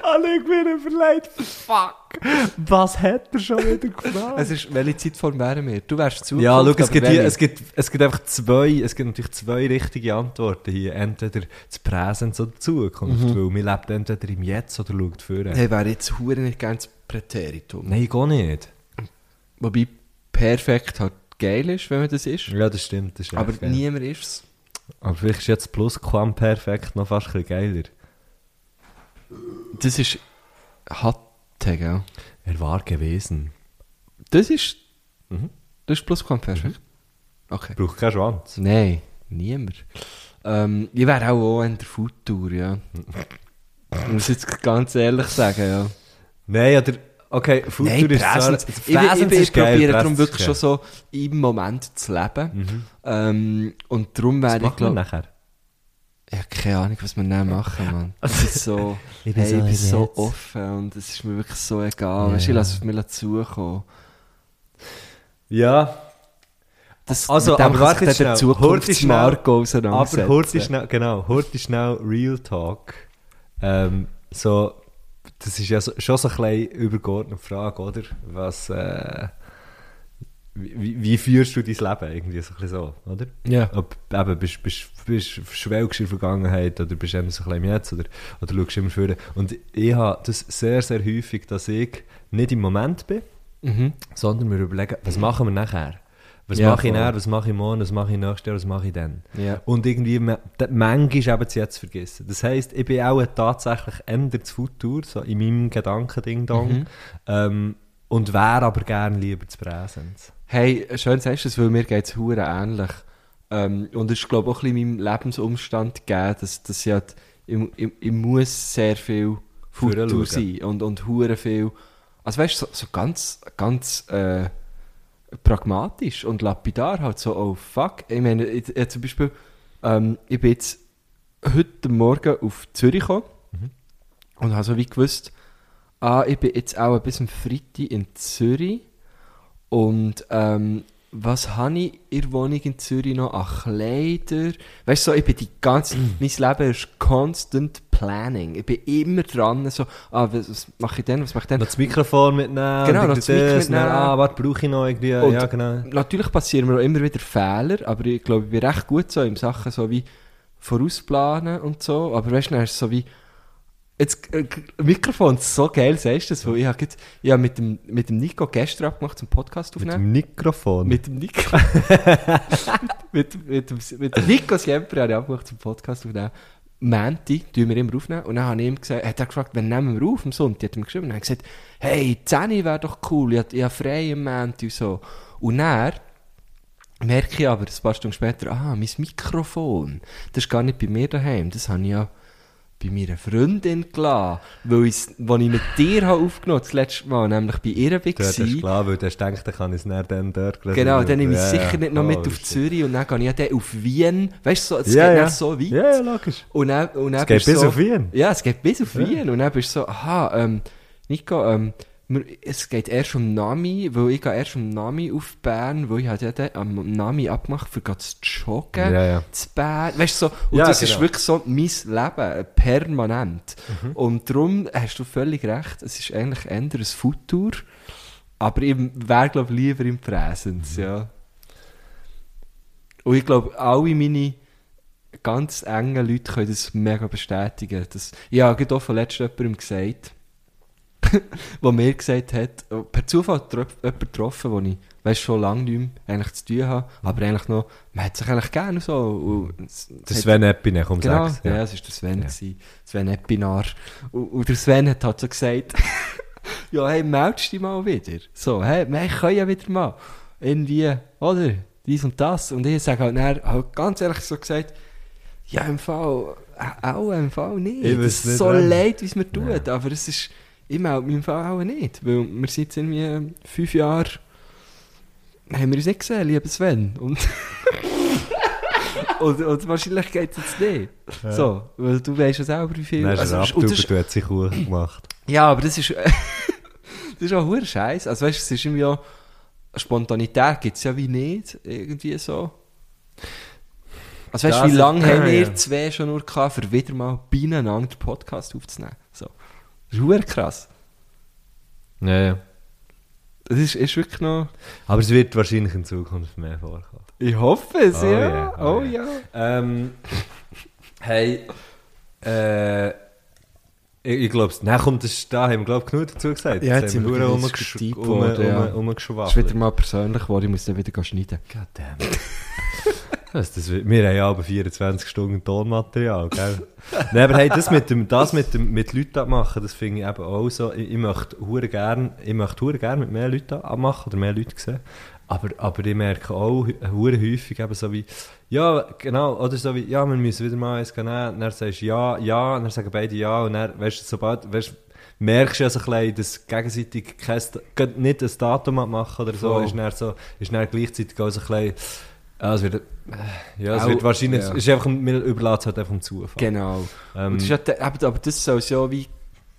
Speaker 1: Alle ich mir überlegt, fuck, was hat er schon wieder gefragt?
Speaker 5: es ist, welche Zeitform wären wir? Du wärst Zukunft,
Speaker 1: Ah. Ja, schau, es
Speaker 5: aber
Speaker 1: gibt, hier,
Speaker 5: welche?
Speaker 1: es, gibt, es gibt einfach zwei, es gibt natürlich zwei richtige Antworten hier. Entweder das Präsens oder die Zukunft, weil man lebt entweder im Jetzt oder schaut vorher.
Speaker 5: Mhm. Hey, wäre jetzt hure nicht gerne das Präteritum.
Speaker 1: Nein, ich gehe nicht.
Speaker 5: Wobei perfekt halt geil ist, wenn man das ist.
Speaker 1: Ja, das stimmt, das ist
Speaker 5: aber
Speaker 1: echt geil.
Speaker 5: niemand ist es.
Speaker 1: Aber vielleicht ist jetzt Plusquamperfekt noch fast ein bisschen geiler.
Speaker 5: Das ist Hatte, gell?
Speaker 1: Er war gewesen.
Speaker 5: Das ist. Mhm. Das ist Plusquamperfekt. Okay.
Speaker 1: Braucht keinen Schwanz.
Speaker 5: Nein, niemand. Ähm, ich wäre auch, auch in der Futur, ja. Ich muss jetzt ganz ehrlich sagen, ja.
Speaker 1: Nein, oder, okay, Futur ist zwar-
Speaker 5: Präsens. Ich, ich, ich,
Speaker 1: Präsens ist geil,
Speaker 5: probiere
Speaker 1: Präsens
Speaker 5: darum
Speaker 1: ist
Speaker 5: wirklich
Speaker 1: geil. Mhm.
Speaker 5: schon so im Moment zu leben. Ähm, und darum
Speaker 1: Das
Speaker 5: wäre ich,
Speaker 1: machen wir
Speaker 5: glaube
Speaker 1: nachher.
Speaker 5: Ich habe keine Ahnung, was wir dann machen, Mann. Ich bin so,
Speaker 1: Ich bin
Speaker 5: hey,
Speaker 1: so
Speaker 5: ich bin
Speaker 1: im
Speaker 5: so
Speaker 1: Jetzt.
Speaker 5: offen und es ist mir wirklich so egal.
Speaker 1: Ja.
Speaker 5: Weißt du, ich lasse es mir dazukommen.
Speaker 2: Ja,
Speaker 5: Das,
Speaker 1: Also,
Speaker 5: mit dem
Speaker 1: aber
Speaker 5: kann
Speaker 1: warte
Speaker 5: sich
Speaker 1: jetzt
Speaker 5: dann der
Speaker 1: schnell. Hurt ist schnell.
Speaker 5: Zukunftsmarkt auseinandersetzen.
Speaker 1: Aber Hurt ist schnell, genau, Hurt ist schnell Real Talk. Ähm, so, das ist ja so, schon so ein bisschen übergeordnete Frage, oder? Was, äh, wie, wie führst du dein Leben irgendwie so, ein bisschen so oder?
Speaker 5: Ja.
Speaker 1: Ob eben, bist, bist, bist, schwelgst in der Vergangenheit oder bist immer so ein bisschen im Jetzt oder, oder schaust immer vorne. Und ich habe das sehr, sehr häufig, dass ich nicht im Moment bin, sondern mir überlegen, was machen wir nachher? Was
Speaker 5: Mhm. Ja,
Speaker 1: mache ich
Speaker 5: voll.
Speaker 1: nachher, was mache ich morgen, was mache ich nächstes Jahr, was mache ich dann?
Speaker 5: Ja.
Speaker 1: Und irgendwie, ma- d- manchmal eben das jetzt vergessen. Das heisst, ich bin auch tatsächlich ändert das Futur, so in meinem Gedanken Ding-Dong, ähm, und wäre aber gerne lieber das Präsens.
Speaker 5: Hey, schön sagst du es, weil mir geht es hure ähnlich. Ähm, und es ist, glaube ich, auch ein bisschen meinem Lebensumstand gegeben, dass, dass ich halt, ich, ich, ich muss sehr viel Futur
Speaker 1: Voranschauen.
Speaker 5: sein und, und hure viel, also weißt du, so, so ganz, ganz äh, pragmatisch und lapidar halt so, oh fuck, ich meine, ich, ich, zum Beispiel, ähm, ich bin jetzt heute Morgen auf Zürich gekommen und habe so wie gewusst, ah, ich bin jetzt auch bis am Freitag in Zürich und ähm, was habe ich in der Wohnung in Zürich noch an Kleider? Weißt du, so, ich bin die ganze, mein Leben ist constant planning. Ich bin immer dran, so, ah, was, was mache ich denn, was mache ich denn?
Speaker 1: Noch das Mikrofon mitnehmen,
Speaker 5: Genau,
Speaker 1: und irgendwie
Speaker 5: noch das Mic
Speaker 1: das, dann,
Speaker 5: mitnehmen.
Speaker 1: Ah, was brauche ich noch irgendwie?
Speaker 5: Und-
Speaker 1: ja, genau.
Speaker 5: Natürlich passieren mir auch immer wieder Fehler, aber ich glaube, ich bin recht gut so in Sachen so wie vorausplanen und so. Aber weißt du, dann ist es so wie. Jetzt, äh, g- Mikrofon, so geil sagst du das, weil ich habe jetzt- ich habe mit dem, mit dem Nico gestern abgemacht zum Podcast
Speaker 1: Mit
Speaker 5: aufnehmen.
Speaker 1: dem Mikrofon.
Speaker 5: Mit dem Nico. mit, mit, dem- mit dem Nico Siempre habe ich abgemacht zum Podcast aufnehmen. Mänti, tun wir immer aufnehmen. Und dann habe ich ihm gesagt, hat er gefragt, wann nehmen wir auf am Sonntag? Hat er mir geschrieben. Und dann habe ich gesagt, hey, 10 Uhr wäre doch cool, ich, hab- ich habe frei am Mänti und so. Und dann merke ich aber ein paar Stunden später, ah, mein Mikrofon, das ist gar nicht bei mir daheim. Das habe ich ja bei meiner Freundin gelassen. Weil ich, als ich mit dir habe aufgenommen habe, das letzte Mal, nämlich bei ihr war.
Speaker 1: Dort ist klar, weil du hast gedacht, dann kann ich es dann, dann dort lesen.
Speaker 5: Genau, dann nehme ich
Speaker 1: Ja,
Speaker 5: sicher
Speaker 1: ja.
Speaker 5: nicht noch mit
Speaker 1: Oh,
Speaker 5: auf
Speaker 1: shit.
Speaker 5: Zürich und dann gehe ich ja dann auf Wien. Weißt du, so, es
Speaker 1: Ja,
Speaker 5: geht
Speaker 1: ja.
Speaker 5: dann so weit.
Speaker 1: Ja, ja, logisch.
Speaker 5: Und dann, und dann
Speaker 1: Es geht
Speaker 5: bist
Speaker 1: bis
Speaker 5: so,
Speaker 1: auf Wien.
Speaker 5: Ja, es geht bis auf Wien. Und dann bist du so, aha, ähm, Nico, ähm, wir- es geht erst um Nami, weil ich gehe erst um Nami auf Bern, weil ich halt ja dann am Nami abgemacht für zu joggen.
Speaker 1: Ja, ja.
Speaker 5: Zu Bern. Weißt du, so, und
Speaker 1: Ja,
Speaker 5: das ist
Speaker 1: genau. Mhm.
Speaker 5: wirklich so mein Leben, äh, permanent. Und darum hast du völlig recht, es ist eigentlich eher ein Futur. Aber ich wäre, glaube ich, lieber im
Speaker 1: Mhm.
Speaker 5: Präsens, ja. Und ich glaube, alle meine ganz engen Leute können das mega bestätigen. Das, ich habe gerade auch von letztem jemandem gesagt, der mir gesagt hat, oh, per Zufall hat tröp- jemanden getroffen, den ich weißt, schon lange nicht mehr eigentlich zu tun habe, aber eigentlich noch, man hat sich eigentlich gerne so. Und es-
Speaker 1: Das
Speaker 5: hat-
Speaker 1: Sven Eppine, komm,
Speaker 5: Genau,
Speaker 1: sag's.
Speaker 5: ja, es war der Sven, gewesen, Sven Epinar. Und, und der Sven hat halt so gesagt, ja, hey, meldest dich mal wieder. So, hey, wir können ja wieder mal. Irgendwie, oder? Dies und das. Und ich sage halt dann, halt ganz ehrlich so gesagt, ja, im Fall, äh, auch im Fall nicht.
Speaker 1: Ich
Speaker 5: Es
Speaker 1: weiß
Speaker 5: ist
Speaker 1: nicht,
Speaker 5: so
Speaker 1: wann.
Speaker 5: leid, wie es mir tut, aber es ist, ich melde mich im Fall auch nicht, weil wir sind jetzt irgendwie ähm, fünf Jahre, haben wir uns nicht gesehen, lieber Sven. Und und, und wahrscheinlich geht es jetzt nicht. So, weil du weißt ja selber, wie viel.
Speaker 1: Dann hast
Speaker 5: also,
Speaker 1: du
Speaker 5: und
Speaker 1: einen Abzug,
Speaker 5: das ist-
Speaker 1: du hast sich gut gemacht.
Speaker 5: ja, aber das ist. das ist auch hoher Scheiß. Also weißt du, es ist irgendwie auch. Spontanität gibt es ja wie nicht. Irgendwie so. Also weißt du,
Speaker 1: Das
Speaker 5: wie
Speaker 1: ist- Ah,
Speaker 5: lange haben wir
Speaker 1: ja.
Speaker 5: zwei schon nur gehabt, für wieder mal beieinander den Podcast aufzunehmen? So. Das ist hoher krass.
Speaker 1: Ja, ja.
Speaker 5: Das ist, ist wirklich noch.
Speaker 1: Aber es wird wahrscheinlich in Zukunft mehr vorkommen.
Speaker 5: Ich hoffe es,
Speaker 1: Oh
Speaker 5: ja.
Speaker 1: yeah, oh
Speaker 5: oh ja.
Speaker 1: Ähm, hey, äh, ich, ich glaube, na komm, das, da haben wir glaub, genug dazu gesagt.
Speaker 5: Ja, jetzt sind wir
Speaker 1: verdammt
Speaker 5: wieder
Speaker 1: rumgesch-
Speaker 5: diskutiert
Speaker 1: um-
Speaker 5: worden, ja.
Speaker 1: um-
Speaker 5: Das
Speaker 1: umgeschwafelt.
Speaker 5: ist wieder mal persönlich geworden, ich muss dann wieder schneiden.
Speaker 1: Goddamn. Was, das, wird- wir haben ja aber 24 Stunden Tonmaterial, gell? Nein, aber hey, das mit dem, das mit dem, mit Leuten abmachen, das finde ich eben auch so. Ich, ich möchte hure gern, ich möchte hure gern mit mehr Leuten abmachen oder mehr Leute sehen. Aber, aber ich merke auch hü- hure häufig eben so wie, ja, genau, oder so wie, ja, wir müssen wieder mal eins gehen, nehmen. Und dann sagst du ja, ja, und dann sagen beide ja, und dann, weißt du, sobald, weißt du, merkst du ja so ein bisschen, dass gegenseitig kein, Sta- gerade nicht ein Datum machen oder so,
Speaker 5: Voll.
Speaker 1: ist dann so, ist dann gleichzeitig auch so ein bisschen, Ja, es wird, äh, ja, es
Speaker 5: Auch-
Speaker 1: wird wahrscheinlich.
Speaker 5: ja.
Speaker 1: Es ist einfach, ein- wir überlassen es halt einfach dem Zufall.
Speaker 5: Genau.
Speaker 1: Ähm,
Speaker 5: Und das ist ja, der- aber, aber das soll ja wie...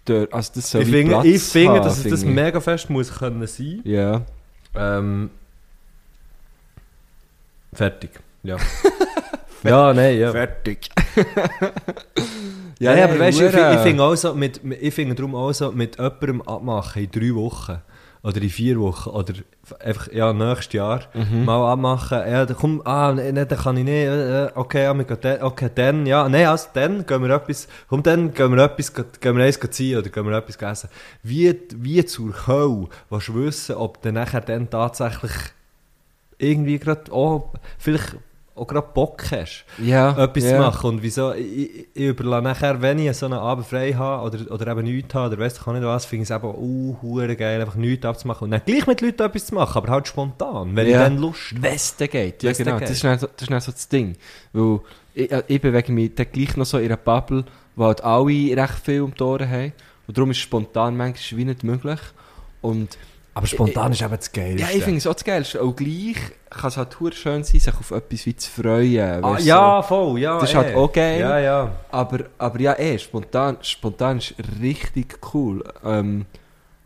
Speaker 5: Der, also das soll
Speaker 1: ich
Speaker 5: wie
Speaker 1: finde,
Speaker 5: Platz
Speaker 1: ich finde
Speaker 5: haben,
Speaker 1: dass es das
Speaker 5: finde ich.
Speaker 1: mega fest muss können sein.
Speaker 5: Ja.
Speaker 1: Ähm, fertig. Ja. ja, nein, ja.
Speaker 5: Fertig.
Speaker 1: Ja,
Speaker 5: nein,
Speaker 1: aber weißt du, ich,
Speaker 5: hure.
Speaker 1: find- ich finde also mit, ich finde darum auch so, mit jemandem abmachen in drei Wochen oder in vier Wochen oder f- einfach, ja, nächstes Jahr mal abmachen, ja, dann komm, ah, nein, nee, dann kann ich nicht, äh, äh, okay, ja, wir gehen dann, okay, dann, ja, nein, also dann gehen wir etwas, komm, dann gehen wir etwas, gehen gehen wir eins ziehen oder gehen wir etwas essen. Wie, wie zur Hölle willst du wissen, ob du nachher dann tatsächlich irgendwie gerade, oh, vielleicht auch gerade Bock hast?
Speaker 5: Ja.
Speaker 1: etwas
Speaker 5: Ah, ja.
Speaker 1: zu machen. Und wieso, ich, ich, ich überlasse nachher, wenn ich so einen Abend frei habe oder, oder eben nichts habe oder weiss ich auch nicht was, finde ich es eben uh, hure geil, einfach nichts abzumachen. Und dann gleich mit Leuten etwas zu machen, aber halt spontan, wenn
Speaker 5: Ja.
Speaker 1: ich dann Lust habe.
Speaker 5: Westen geht. Ja,
Speaker 1: Westen
Speaker 5: genau.
Speaker 1: geht.
Speaker 5: Das, ist dann so, das ist dann so das Ding. Weil ich, äh, ich bewege mich dann gleich noch so in einer Bubble, wo halt alle recht viel um die Ohren haben. Und darum ist spontan manchmal wie nicht möglich. Und
Speaker 1: Aber
Speaker 5: spontan
Speaker 1: ist eben das Geilste.
Speaker 5: ja, ich finde es auch das Geilste. Auch gleich kann es halt verdammt schön sein, sich auf etwas wie zu freuen.
Speaker 1: ah,
Speaker 5: weisst du,
Speaker 1: ja, voll, ja.
Speaker 5: Das ist halt
Speaker 1: eh.
Speaker 5: auch geil.
Speaker 1: Ja, ja.
Speaker 5: so. Aber, aber ja, eh, spontan, spontan ist richtig cool. Ähm,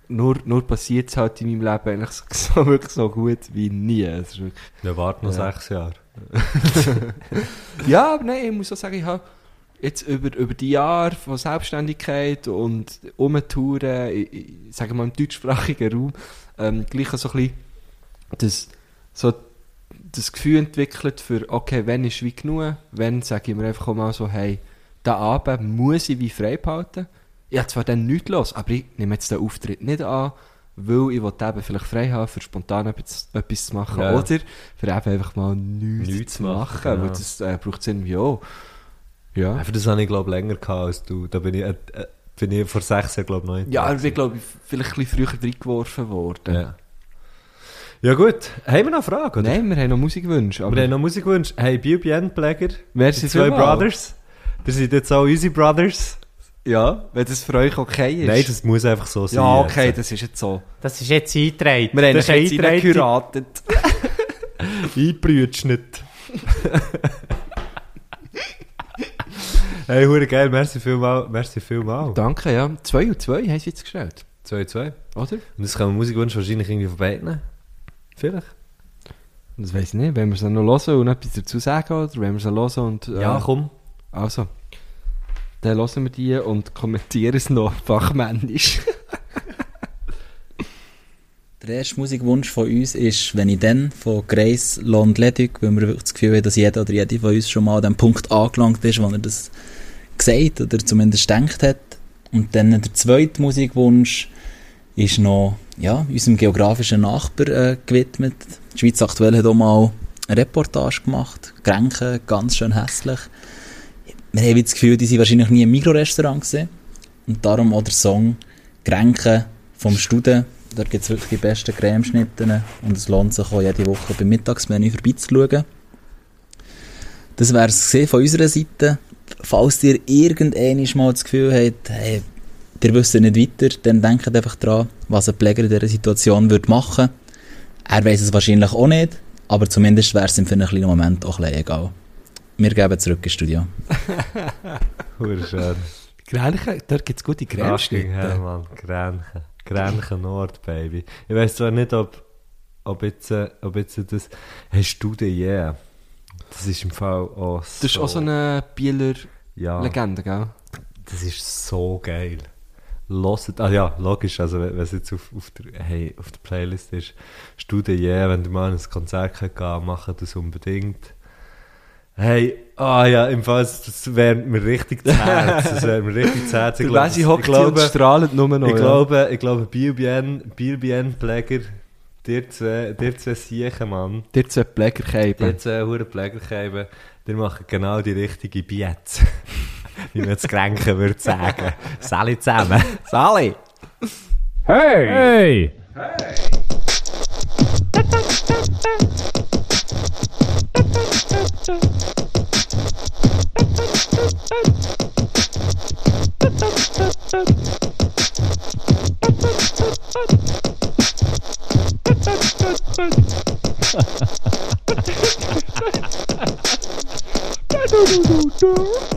Speaker 5: nur, nur passiert es halt in meinem Leben eigentlich so, so, wirklich so gut wie nie. Es ist wirklich
Speaker 1: Wir warten noch
Speaker 5: Ja.
Speaker 1: sechs Jahre.
Speaker 5: Ja, aber nein, ich muss auch sagen, ich habe jetzt über, über die Jahre von Selbstständigkeit und Umtouren, ich, ich sage mal im deutschsprachigen Raum, ähm, gleich so ein bisschen das, so das Gefühl entwickelt für, okay, wenn ist wie genug, wenn sage ich mir einfach auch mal so, hey, den Abend muss ich wie frei behalten. Ich habe zwar dann nichts los, aber ich nehme jetzt den Auftritt nicht an, weil ich will eben vielleicht frei haben, für spontan etwas, etwas zu machen.
Speaker 1: Ja.
Speaker 5: Oder für eben einfach mal nichts,
Speaker 1: Nichts
Speaker 5: zu
Speaker 1: machen,
Speaker 5: machen.
Speaker 1: genau.
Speaker 5: Weil das äh, braucht es irgendwie auch. Ja.
Speaker 1: Einfach das habe ich, glaube länger gehabt als du. Da bin ich, äh, äh, bin ich vor sechs Jahren, glaube ich, noch
Speaker 5: Ja, ich bin, glaube ich, vielleicht ein bisschen früher reingeworfen worden.
Speaker 1: ja. Ja, gut. Haben wir noch Fragen? Oder?
Speaker 5: Nein, wir haben noch Musikwünsche. Aber
Speaker 1: Wir haben noch Musikwunsch. Hey, Biobien-Pläger.
Speaker 5: Merci
Speaker 1: Die zwei
Speaker 5: vielmals.
Speaker 1: Brothers. Das sind jetzt auch unsere Brothers.
Speaker 5: Ja, wenn das für euch okay ist.
Speaker 1: Nein, das muss einfach so sein.
Speaker 5: ja, okay, das ist jetzt so.
Speaker 8: Das ist jetzt eingetragen.
Speaker 5: Wir haben
Speaker 1: Das
Speaker 5: euch
Speaker 1: ist
Speaker 5: jetzt
Speaker 1: eingetragen.
Speaker 5: reingeratet.
Speaker 1: Einbrütsch nicht. hey, hure geil. Merci vielmal. Merci
Speaker 5: Oh.
Speaker 1: vielmal.
Speaker 5: Danke, ja. 2 und 2 haben sie jetzt gestellt,
Speaker 1: 2 2.
Speaker 5: oder?
Speaker 1: Und jetzt kommen Musikwunsch wahrscheinlich irgendwie von beiden. Vielleicht.
Speaker 5: Das weiß ich nicht, wenn wir es dann noch hören und etwas dazu sagen, oder wenn wir es dann hören und... äh,
Speaker 1: Ja, komm.
Speaker 5: Also, dann hören wir die und kommentieren es noch fachmännisch.
Speaker 7: Der erste Musikwunsch von uns ist «Wenn ich dann» von Grace Lond Ledig, weil wir wirklich das Gefühl haben, dass jeder oder jede von uns schon mal an dem Punkt angelangt ist, wo er das gesagt oder zumindest gedacht hat. Und dann der zweite Musikwunsch ist noch ja, unserem geografischen Nachbar äh, gewidmet. Die Schweiz aktuell hat auch mal eine Reportage gemacht, Grenken, ganz schön hässlich. Wir haben wie das Gefühl, die sind wahrscheinlich nie im Mikrorestaurant gesehen und darum auch der Song «Grenken» vom Studen. Da gibt es wirklich die besten Cremeschnitten und es lohnt sich auch jede Woche beim Mittagsmenü vorbeizuschauen. Das wäre es von unserer Seite. Falls ihr irgendwann mal das Gefühl habt, hey, ihr wisst nicht weiter, dann denkt einfach daran, was ein Pfleger in dieser Situation würde machen Er weiß es wahrscheinlich auch nicht, aber zumindest wäre es ihm für einen kleinen Moment auch ein bisschen egal. Wir geben zurück ins Studio.
Speaker 1: Hure schön.
Speaker 5: Gränchen, dort gibt es gute
Speaker 1: Gränchen, Ah, ja,
Speaker 5: Grenzschnitte.
Speaker 1: Mann. Gränchen. Gränchen Nord, Baby. Ich weiß zwar nicht, ob, ob, jetzt, äh, ob jetzt das. Hast du den yeah? Das ist im Fall auch so.
Speaker 5: Das ist auch so eine Bieler
Speaker 1: oh, ja,
Speaker 5: Legende, gell?
Speaker 1: Das ist so geil. Loset, ah ja, logisch, also wenn wenn es jetzt auf, auf, der, hey, auf der Playlist ist, Studie, yeah, wenn du mal an ein Konzert gehen kannst, mach das unbedingt. Hey, ah ja, im Fall, das wärmt mir richtig das Herz. Das wärmt mir richtig das Herz. Ich
Speaker 5: Der
Speaker 1: glaube,
Speaker 5: Wesi
Speaker 1: ich
Speaker 5: hockt hier und
Speaker 1: glaube-
Speaker 5: strahlt nur noch.
Speaker 1: ich
Speaker 5: ja.
Speaker 1: glaube, ich glaube, Bilbien, Bilbien-Pläger, dir zwei, dir zwei Siechen, Mann,
Speaker 5: Dir zwei Pläger
Speaker 1: dir
Speaker 5: geben.
Speaker 1: zwei hohen Plägerkeiben, die machen genau die richtige Bietz. Wie man es kränken würde sagen. Sali zusammen.
Speaker 5: Sali!
Speaker 2: Hey!
Speaker 4: Tschüss.